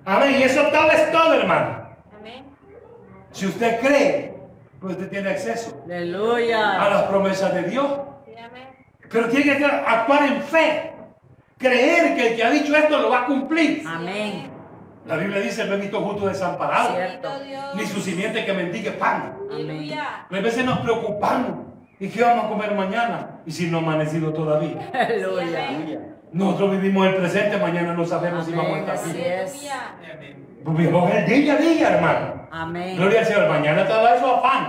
B: Amén, y eso tal es todo, hermano.
C: Amén.
B: Si usted cree, pues usted tiene acceso a
D: Aleluya.
B: las promesas de Dios.
C: Sí, amén.
B: Pero tiene que tra- actuar en fe. Creer que el que ha dicho esto lo va a cumplir.
D: Amén.
B: La Biblia dice, bendito justo desamparado,
D: Cierto.
C: Bendito Dios.
B: ni su simiente que mendigue pan.
C: Aleluya.
B: A veces nos preocupamos. ¿Y qué vamos a comer mañana? Y si no ha amanecido todavía.
D: Aleluya.
B: Nosotros vivimos el presente, mañana no sabemos si vamos a
D: Amén,
B: estar
D: así
B: vivos.
D: es.
C: Aleluya.
B: Vivimos el día a día, hermano.
D: Amén.
B: Gloria al Señor. Mañana te da eso afán.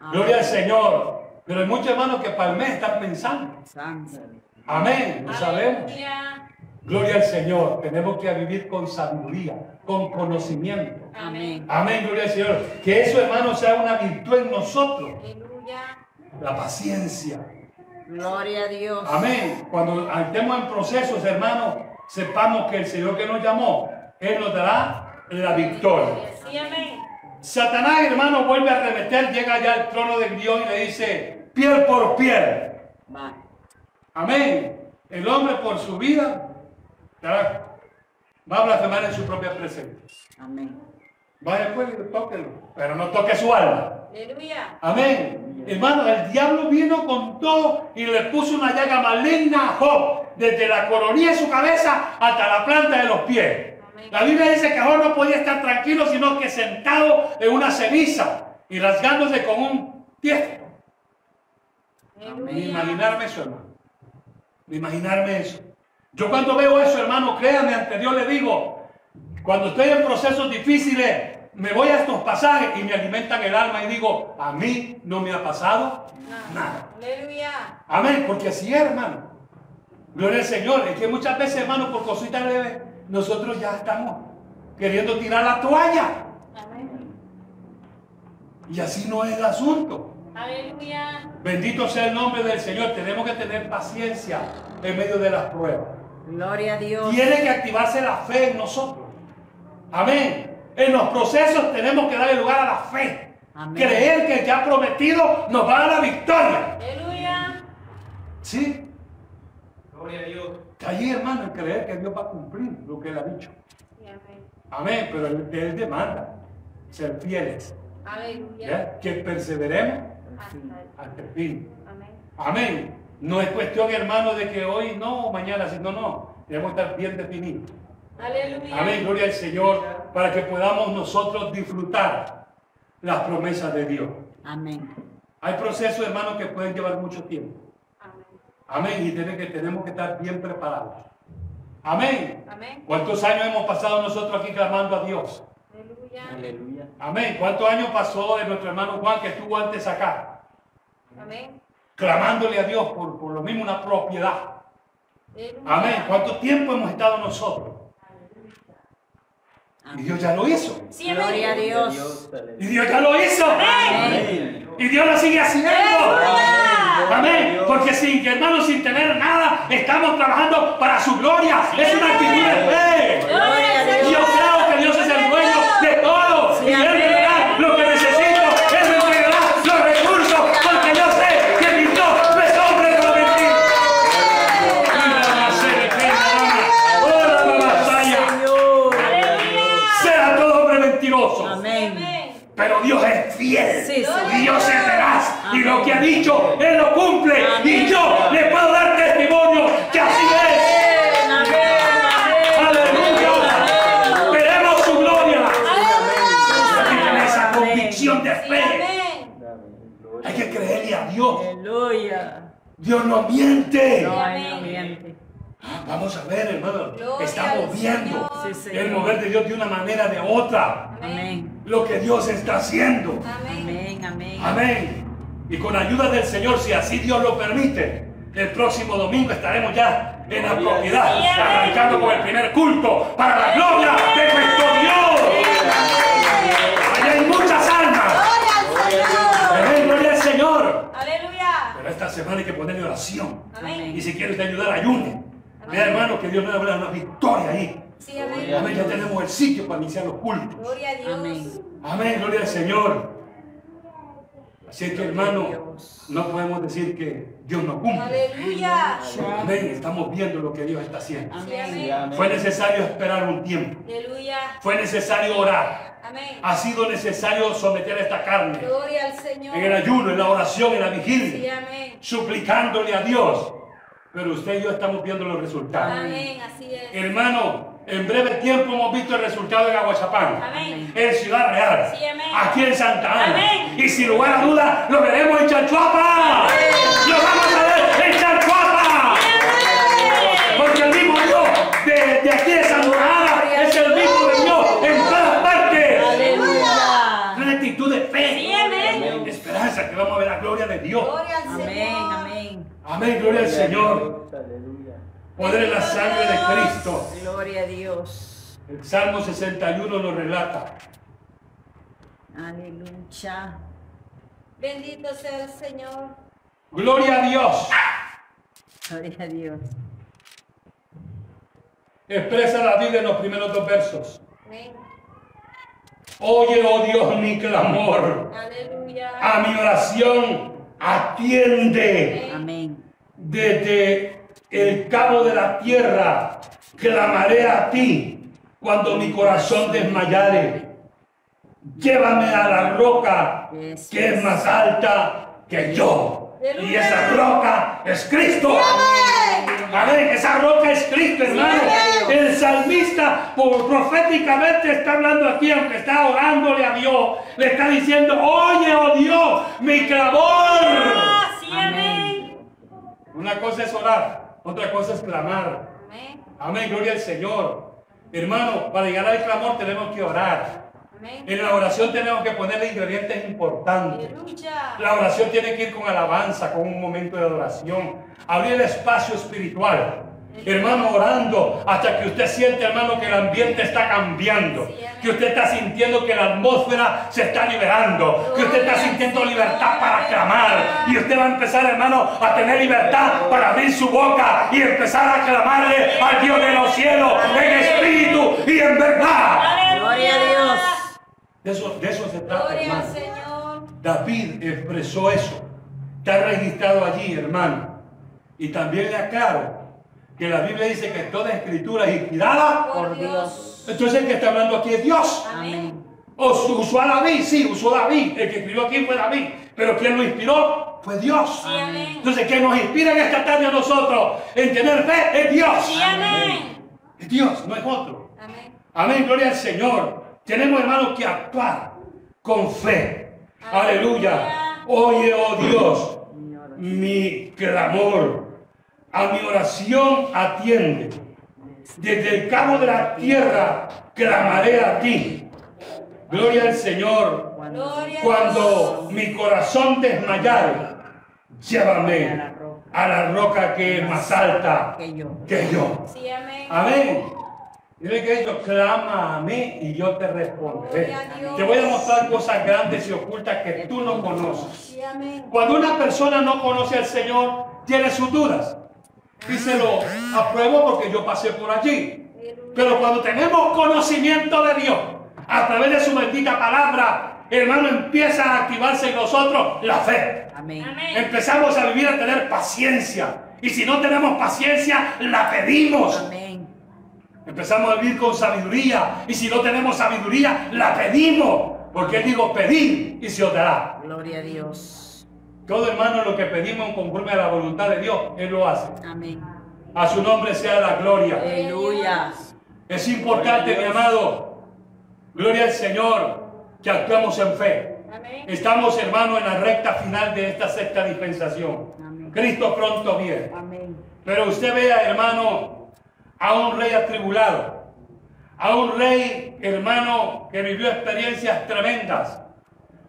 D: Amén.
B: Gloria al Señor. Pero hay muchos hermanos que para el mes están pensando.
D: Santo.
B: Amén. Lo sabemos.
C: Aleluya.
B: Gloria al Señor. Tenemos que vivir con sabiduría, con conocimiento.
D: Amén.
B: Amén. Gloria al Señor. Que eso, hermano, sea una virtud en nosotros.
C: Aleluya.
B: La paciencia.
D: Gloria a Dios.
B: Amén. Cuando estemos en procesos, hermanos, sepamos que el Señor que nos llamó, Él nos dará la victoria.
C: Sí, amén.
B: Satanás, hermano, vuelve a arremeter, llega allá al trono de Dios y le dice, piel por piel.
D: Va.
B: Amén. El hombre por su vida dará- va a blasfemar en su propia presencia.
D: Amén.
B: Vaya pues, y tóquelo, pero no toque su alma.
C: Aleluya.
B: Amén. Hermano, el diablo vino con todo y le puso una llaga maligna a Job, desde la coronilla de su cabeza hasta la planta de los pies.
C: Amén.
B: La Biblia dice que Job no podía estar tranquilo, sino que sentado en una ceniza y rasgándose con un pie. Ni
C: Aleluya.
B: imaginarme eso, hermano. Ni imaginarme eso. Yo cuando veo eso, hermano, créame, ante Dios le digo, cuando estoy en procesos difíciles, me voy a estos pasajes y me alimentan el alma y digo, a mí no me ha pasado nada.
C: Aleluya.
B: Amén, porque así es, hermano. Gloria al Señor. Es que muchas veces, hermano, por cositas leves, nosotros ya estamos queriendo tirar la toalla.
C: Amén.
B: Y así no es el asunto.
C: Aleluya.
B: Bendito sea el nombre del Señor. Tenemos que tener paciencia en medio de las pruebas.
D: Gloria a Dios.
B: Tiene que activarse la fe en nosotros. Amén. En los procesos tenemos que darle lugar a la fe.
D: Amén.
B: Creer que el que ha prometido nos va a dar la victoria.
C: Aleluya.
B: ¿Sí?
E: Gloria a Dios.
B: Allí, hermano, en creer que Dios va a cumplir lo que él ha dicho.
C: Sí, amén.
B: Amén. Pero él, él demanda ser fieles.
C: Aleluya.
B: ¿ya? Que perseveremos
C: Hasta el-
B: hasta el fin.
C: Amén.
B: Amén. No es cuestión, hermano, de que hoy no o mañana, sino no. Debemos estar bien definidos.
C: Aleluya.
B: Amén, gloria al Señor, para que podamos nosotros disfrutar las promesas de Dios.
D: Amén.
B: Hay procesos, hermanos, que pueden llevar mucho tiempo.
C: Amén.
B: Amén, y tiene que, tenemos que estar bien preparados. Amén.
C: Amén.
B: ¿Cuántos años hemos pasado nosotros aquí clamando a Dios?
C: Aleluya.
E: Aleluya.
B: Amén. ¿Cuántos años pasó de nuestro hermano Juan que estuvo antes acá?
C: Amén.
B: Clamándole a Dios por, por lo mismo una propiedad.
C: Aleluya.
B: Amén. ¿Cuánto tiempo hemos estado nosotros? Y Dios ya lo hizo.
C: Sí, amén.
D: Gloria a Dios.
B: Y Dios ya lo hizo. Y Dios lo sigue haciendo.
C: ¡Aleluya!
B: Amén. Porque sin que hermanos, sin tener nada, estamos trabajando para su gloria. Es una actitud de fe.
C: Gloria al
B: Y Yo creo
C: Señor.
B: que Dios es el dueño de todo. y Él me dará lo que necesito, Él me entregará los recursos, porque yo sé que mi Dios no es hombre para mentir. Mira la serie, mira, mamá. Ora la batalla. Sea todo hombre mentiroso.
D: Amén.
C: Amén.
B: Pero Dios es fiel.
D: Sí, sí.
B: Dios es veraz. Y lo que ha dicho, Él lo cumple.
D: Amén.
B: Y yo le puedo dar testimonio que así es. Aleluya. Veremos su gloria. Hay que tener esa convicción de
C: Sí,
B: fe.
C: amén.
B: Hay que creerle a Dios.
D: Aleluya.
B: Dios no miente.
D: No, ay, no miente.
B: Ah, Vamos a ver, hermano.
C: Gloria al
B: Estamos viendo
C: Señor.
D: Sí, Señor.
B: el mover de Dios de una manera o de otra.
C: Amén.
D: Amén.
B: Lo que Dios está haciendo.
C: Amén.
D: Amén, amén.
B: Amén. Y con ayuda del Señor, si así Dios lo permite, el próximo domingo estaremos ya en la propiedad, arrancando con el primer culto para la gloria de nuestro Dios. Allá hay muchas almas. Amén, gloria al Señor.
C: Aleluya.
B: Pero esta semana hay que ponerle oración. Y
C: Amén.
B: si quieres ayudar, ayune. Mira, hermano, que Dios me va a dar una victoria ahí.
C: Sí, amén.
B: Amén, ya tenemos el sitio para iniciar los cultos.
C: Gloria a Dios.
D: Amén.
B: Amén, gloria al Señor. Así que, hermano, no podemos decir que Dios no cumple.
C: Aleluya.
B: Amén, estamos viendo lo que Dios está haciendo.
C: Sí,
D: Amén.
C: amén.
B: Fue necesario esperar un tiempo.
C: Aleluya.
B: Fue necesario orar.
C: Amén.
B: Ha sido necesario someter a esta carne.
C: Gloria al Señor.
B: En el ayuno, en la oración, en la
C: Sí,
B: vigilia.
C: amén.
B: Suplicándole a Dios. Pero usted y yo estamos viendo los resultados.
C: Amén. Así es.
B: Hermano, en breve tiempo hemos visto el resultado en Aguachapán.
C: Amén.
B: en Ciudad Real,
C: Sí, amén.
B: aquí en Santa Ana.
C: Amén.
B: Y sin lugar a duda, lo veremos en Chanchuapa. Lo vamos a ver en Chanchuapa. Porque el mismo Dios de, de aquí de Santa Ana es el mismo de Dios en todas partes.
D: Aleluya.
B: Una actitud de fe,
C: Sí, amén.
B: de esperanza que vamos a ver la gloria de Dios.
C: Gloria al Señor.
D: Amén, amén.
B: Amén, gloria al Señor.
E: Aleluya.
B: Poder en la sangre de Cristo.
D: Gloria a Dios.
B: El Salmo 61 lo relata.
D: Aleluya.
C: Bendito sea el Señor.
B: Gloria a Dios.
D: Gloria a Dios.
B: Expresa la Biblia en los primeros dos versos.
C: Amén.
B: Oye, oh Dios, mi clamor.
C: Aleluya.
B: A mi oración atiende.
D: Amén.
B: Desde el cabo de la tierra clamaré a ti cuando mi corazón desmayare. Llévame a la roca que es más alta que yo. Y esa roca es Cristo. Amén, esa roca es Cristo, hermano. El salmista por, proféticamente está hablando aquí, aunque está orándole a Dios, le está diciendo, oye, oh Dios, mi clamor.
C: Ah, Sí, amén.
B: Una cosa es orar, otra cosa es clamar.
C: Amén.
B: Amén, gloria al Señor. Hermano, para llegar al clamor tenemos que orar.
C: Amén.
B: En la oración tenemos que ponerle ingredientes importantes.
C: Aleluya.
B: La oración tiene que ir con alabanza, con un momento de adoración. Abrir el espacio espiritual. Hermano, orando hasta que usted siente, hermano, que el ambiente está cambiando. Que usted está sintiendo que la atmósfera se está liberando. Que usted está sintiendo libertad para clamar. Y usted va a empezar, hermano, a tener libertad para abrir su boca y empezar a clamarle al Dios de los cielos en espíritu y en verdad.
D: Gloria a Dios.
B: De eso, de eso se trata,
C: Gloria al
B: hermano.
C: Señor.
B: David expresó eso. Está registrado allí, hermano. Y también le aclaro que la Biblia dice que toda escritura es inspirada.
C: Por
D: Por Dios.
C: Dios.
B: Entonces el que está hablando aquí es Dios.
C: Amén.
D: Amén.
B: O su- usó a David, sí, usó a David. El que escribió aquí fue David. Pero quien lo inspiró fue Dios.
C: Sí, amén.
B: Entonces, que nos inspira en esta tarde a nosotros en tener fe es Dios.
C: Sí, amén.
B: Es Dios, no es otro.
C: Amén.
B: Amén, gloria al Señor. Tenemos, hermanos, que actuar con fe. Aleluya.
C: Aleluya.
B: Oye, oh Dios, mi clamor. A mi oración atiende. Desde el cabo de la tierra clamaré a ti. Gloria al Señor.
C: Gloria a Dios.
B: Cuando mi corazón desmayare, llévame a la roca que es más alta
D: Que yo.
B: que yo.
C: Sí, amén.
B: Amén. Dile que ellos clama a mí y yo te responderé.
C: Gloria a Dios.
B: Te voy a mostrar cosas grandes y ocultas que tú no conoces.
C: Sí, amén.
B: Cuando una persona no conoce al Señor, tiene sus dudas. Díselo, apruebo porque yo pasé por allí. Pero cuando tenemos conocimiento de Dios, a través de su bendita palabra, hermano, empieza a activarse en nosotros la fe.
D: Amén.
C: Amén.
B: Empezamos a vivir a tener paciencia. Y si no tenemos paciencia, la pedimos.
D: Amén.
B: Empezamos a vivir con sabiduría. Y si no tenemos sabiduría, la pedimos. Porque digo, pedir y se os dará.
D: Gloria a Dios.
B: Todo hermano lo que pedimos conforme a la voluntad de Dios, Él lo hace.
D: Amén.
B: A su nombre sea la gloria.
D: Aleluya.
B: Es importante, mi amado. Gloria al Señor, que actuamos en fe.
C: Amén.
B: Estamos, hermano, en la recta final de esta sexta dispensación.
D: Amén.
B: Cristo pronto viene.
D: Amén.
B: Pero usted vea, hermano, a un rey atribulado, a un rey, hermano, que vivió experiencias tremendas.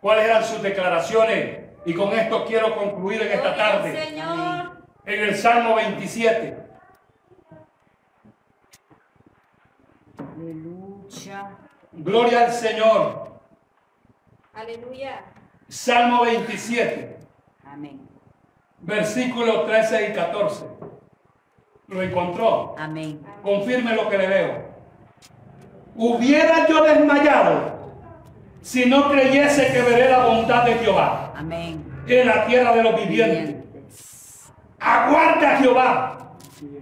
B: ¿Cuáles eran sus declaraciones? Y con esto quiero concluir en esta
C: Gloria al
B: tarde,
C: Señor.
B: en el Salmo 27.
D: Aleluya.
B: Gloria al Señor.
C: Aleluya.
B: Salmo 27,
D: Amén.
B: versículos 13 y 14. Lo encontró.
D: Amén.
B: Confirme lo que le veo. Hubiera yo desmayado si no creyese que veré la bondad de Jehová
D: Amén.
B: en la tierra de los vivientes. Aguarda Jehová,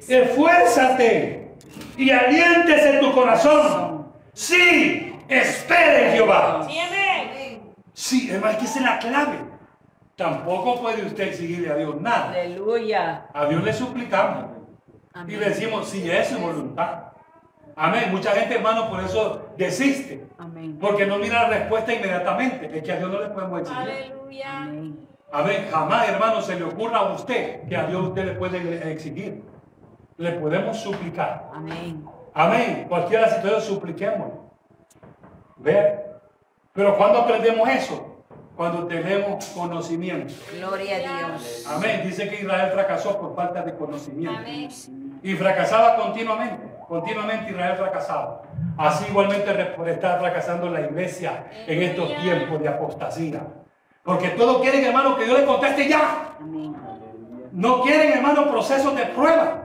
B: esfuérzate y aliéntese tu corazón. Sí, espere Jehová.
C: Sí, amén.
B: Sí, hermano, es que esa es la clave. Tampoco puede usted exigirle a Dios nada.
D: Aleluya.
B: A Dios le suplicamos. Y
D: Amén.
B: le decimos, si es su voluntad. Amén. Mucha gente, hermano, por eso desiste.
D: Amén.
B: Porque no mira la respuesta inmediatamente. Es que a Dios no le podemos exigir.
C: Aleluya.
D: Amén.
B: Amén. Jamás, hermano, se le ocurra a usted que a Dios usted le puede exigir. Le podemos suplicar.
D: Amén.
B: Amén. Cualquiera situación, supliquemos. ¿Ve? Pero cuando aprendemos eso? Cuando tenemos conocimiento.
D: Gloria a Dios.
B: Amén. Dice que Israel fracasó por falta de conocimiento.
C: Amén.
B: Y fracasaba continuamente, continuamente Israel fracasaba. Así igualmente re- está fracasando la iglesia en estos tiempos de apostasía. Porque todos quieren, hermano, que Dios le conteste ya.
D: Amén.
B: No quieren, hermano, procesos de prueba.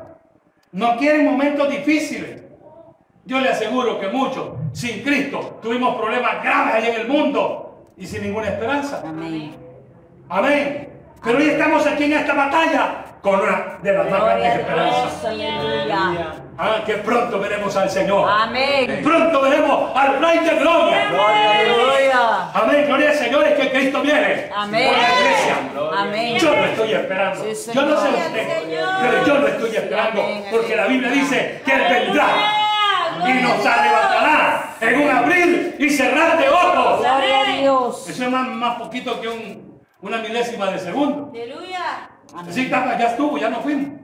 B: No quieren momentos difíciles. Yo le aseguro que muchos, sin Cristo, tuvimos problemas graves ahí en el mundo y sin ninguna esperanza.
D: Amén.
B: Amén. Pero hoy estamos aquí en esta batalla con una de las más grandes
D: Gloria a
B: esperanzas.
D: Dios. Aleluya.
B: Ah, que pronto veremos al Señor.
D: Amén.
B: Pronto veremos al Rey de Gloria.
D: Aleluya.
B: Amén, gloria al Señor, es que Cristo viene.
D: Amén.
B: Por la iglesia.
D: Amén.
B: Yo lo estoy esperando.
D: Sí,
B: yo no sé
D: Señor.
B: usted,
C: Señor.
B: pero yo lo estoy esperando.
D: Amén,
B: porque la Biblia
D: aleluya.
B: dice que Él vendrá y
C: Gloria
B: nos
C: a
B: arrebatará en un abrir y cerrar de ojos.
D: Gloria a Dios.
B: Eso es más, más poquito que un- una milésima de segundo.
C: Dios. Aleluya.
B: Así que ya estuvo, ya no fuimos.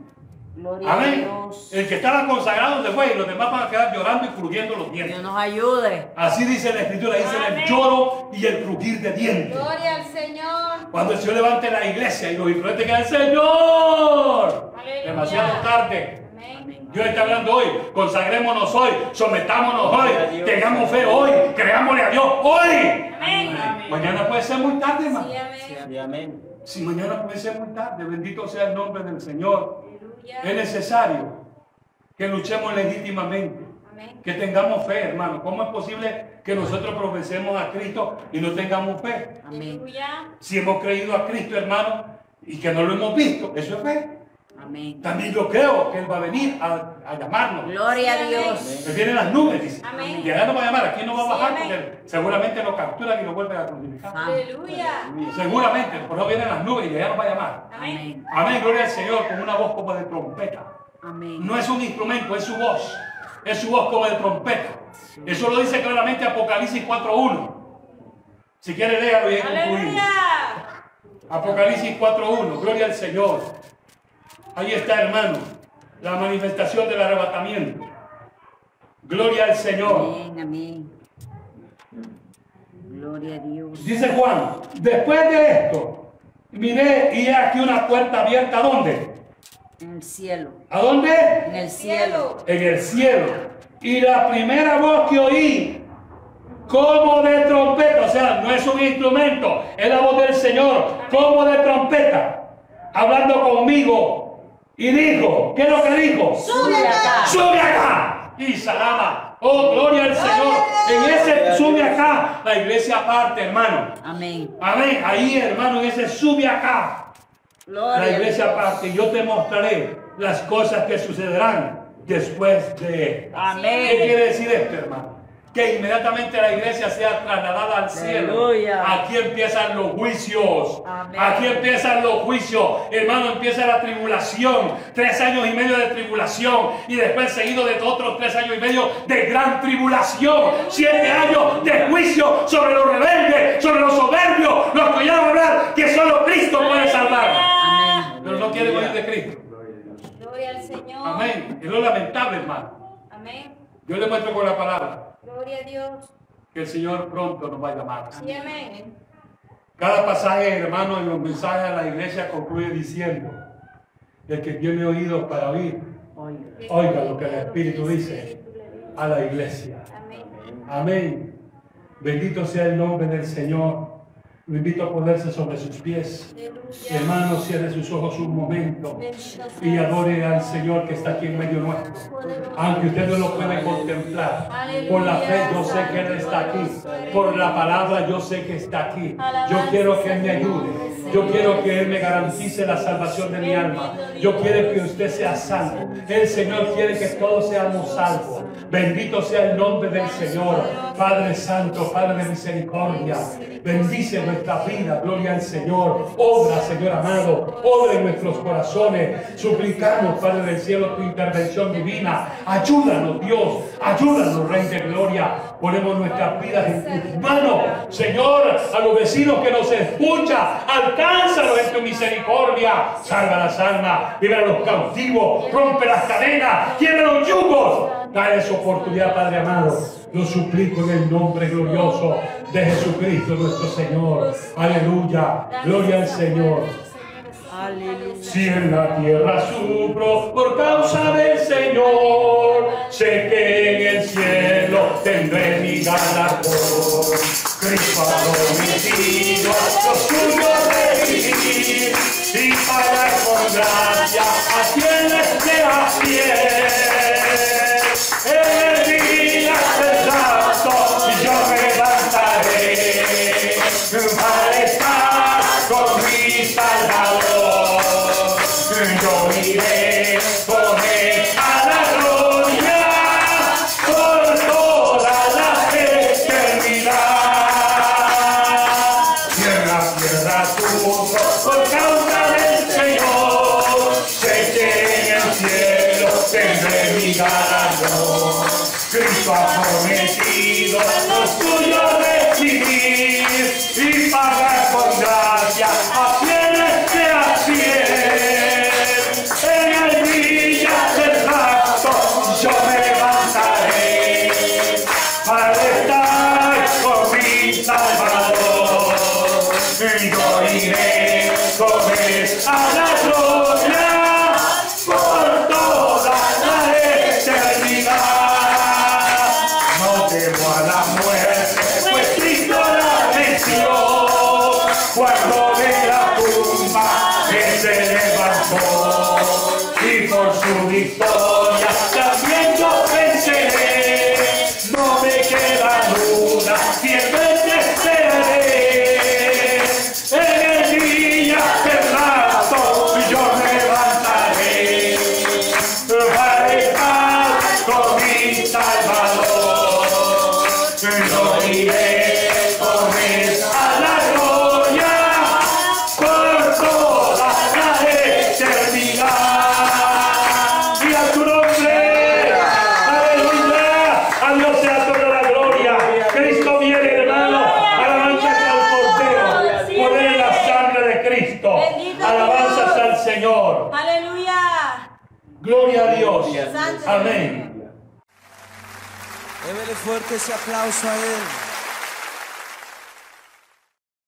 D: Gloria a
B: Amén.
D: Dios.
B: El que estaba consagrado se fue y los demás van a quedar llorando y crujiendo los dientes.
D: Dios nos ayude.
B: Así dice la escritura, dice
C: Amén.
B: el lloro y el crujir de dientes.
C: Gloria al Señor.
B: Cuando el Señor levante la iglesia y los influentes que Señor,
C: Aleluya.
B: demasiado tarde.
C: Amén.
B: Dios está hablando hoy, consagrémonos hoy, sometámonos hoy,
E: Gloria a Dios.
B: tengamos fe hoy, creámosle a Dios hoy.
C: Amén.
B: Mañana puede ser muy tarde, hermano.
C: Sí, amén.
E: Y amén.
B: Si mañana puede ser muy tarde, bendito sea el nombre del Señor. Es
C: Aleluya.
B: necesario que luchemos legítimamente.
C: Amén.
B: Que tengamos fe, hermano. ¿Cómo es posible que nosotros profesemos a Cristo y no tengamos fe?
D: Amén.
C: Aleluya.
B: Si hemos creído a Cristo, hermano, y que no lo hemos visto, eso es fe.
D: Amén.
B: También yo creo que Él va a venir a, a llamarnos.
D: Gloria a Dios.
B: Él viene en las nubes, dice.
C: Amén.
B: Y allá no va a llamar, aquí no va a
C: Sí,
B: bajar,
C: amén.
B: porque seguramente lo capturan y lo vuelven a crucificar.
C: Aleluya.
B: Seguramente, por eso viene en las nubes y allá no va a llamar.
C: Amén.
B: Amén, gloria al Señor, con una voz como de trompeta.
D: Amén.
B: No es un instrumento, es su voz. Es su voz como de trompeta. Eso lo dice claramente Apocalipsis 4.1. Si quiere, léalo y ahí concluimos.
C: Aleluya.
B: Apocalipsis 4.1. Gloria al Señor. Ahí está, hermano. La manifestación del arrebatamiento. Gloria al Señor.
D: Amén. Amén. Gloria a Dios.
B: Dice Juan, después de esto, miré y he aquí una puerta abierta. ¿A dónde?
D: En el cielo.
B: ¿A dónde?
D: En el cielo.
C: Cielo.
B: en el cielo. Y la primera voz que oí, como de trompeta, o sea, no es un instrumento, es la voz del Señor, como de trompeta, hablando conmigo. Y dijo, ¿qué es lo que dijo?
D: Sube acá.
B: ¡Sube acá! Y salama Oh, gloria al Señor. En
E: Gloria
B: ese
E: a
B: sube
E: Dios.
B: acá. La iglesia aparte, hermano.
D: Amén.
B: Amén. Ahí, hermano, en ese sube acá.
D: Gloria.
B: La
D: a Dios.
B: iglesia aparte, yo te mostraré las cosas que sucederán después de él. ¿Qué
D: Amén.
B: quiere decir esto, hermano? Que inmediatamente la iglesia sea trasladada al cielo.
D: Aleluya.
B: Aquí empiezan los juicios.
D: Amén.
B: Aquí empiezan los juicios. Hermano, empieza la tribulación. Tres años y medio de tribulación. Y después seguido de otros tres años y medio de gran tribulación. Siete años de juicio sobre los rebeldes, sobre los soberbios, los que oyeron hablar que solo Cristo puede salvar.
D: Amén.
B: Pero no quiere morir de Cristo.
C: Gloria al Señor.
B: Amén. Es lo lamentable, hermano.
C: Amén.
B: Yo le muestro con la palabra
C: Gloria a Dios.
B: que el Señor pronto nos va a llamar.
C: Sí, amén.
B: Cada pasaje, hermano, en los mensajes a la iglesia concluye diciendo, el que tiene oídos para oír,
D: Oiga.
B: oiga lo que el Espíritu dice a la iglesia.
C: Amén.
B: Amén. Bendito sea el nombre del Señor. Lo invito a ponerse sobre sus pies.
C: Aleluya.
B: Hermano, cierre sus ojos un momento
C: Bendito seas.
B: y adore al Señor que está aquí en medio nuestro. aunque usted no lo puede contemplar. Por la fe yo sé que Él está aquí. Por la palabra yo sé que está aquí. Yo quiero que Él me ayude. Yo quiero que Él me garantice la salvación de mi alma. Yo quiero que usted sea salvo. El Señor quiere que todos seamos salvos. Bendito sea el nombre del Señor. Padre Santo, Padre de misericordia. Bendice nuestra vida. Gloria al Señor. Obra, Señor amado. Obra en nuestros corazones. Suplicamos, Padre del cielo, tu intervención divina. Ayúdanos, Dios. Ayúdanos, Rey de Gloria. Ponemos nuestras vidas en tus manos. Señor, a los vecinos que nos escuchan, alcánzalos en tu misericordia. Salva las almas, libera a los cautivos, rompe las cadenas, quiebra los yugos. Dale esa oportunidad, Padre amado. Lo suplico en el nombre glorioso de Jesucristo nuestro Señor. Aleluya. Gloria al Señor.
D: Aleluya.
B: Si en la tierra sufro por causa del Señor, sé que en el cielo tendré mi galardón. Cristo ha prometido a los suyos redimir y pagar con gracia a quienes sea fiel. El día del santo y yo me levantaré para estar con mi Salvador. Yo iré con él a la gloria por toda la eternidad. Tierra, tierra, tú, por causa del Señor, sé que en el cielo tendré mi galardón. Cristo ha prometido a los tuyos recibir y pagar con gracia a quienes sea fiel. En el día del rapto yo me levantaré para estar con mi Salvador. Yo iré con él a la gloria por toda la eternidad. No temo a la muerte, pues Cristo la venció. Cuando de la tumba él se levantó y por su victoria también yo venceré. No me queda duda, siempre te esperaré. En el día del rato yo me levantaré para estar con mi Salvador. Yo iré con él a la gloria por toda la eternidad. Y a tu nombre, aleluya, a Dios sea toda la gloria. Cristo viene, hermano, alabanza al Cordero, poder en la sangre de Cristo, alabanzas al Señor.
C: Aleluya.
B: Gloria a Dios.
C: Santo.
B: Amén.
F: Débele fuerte ese aplauso a Él.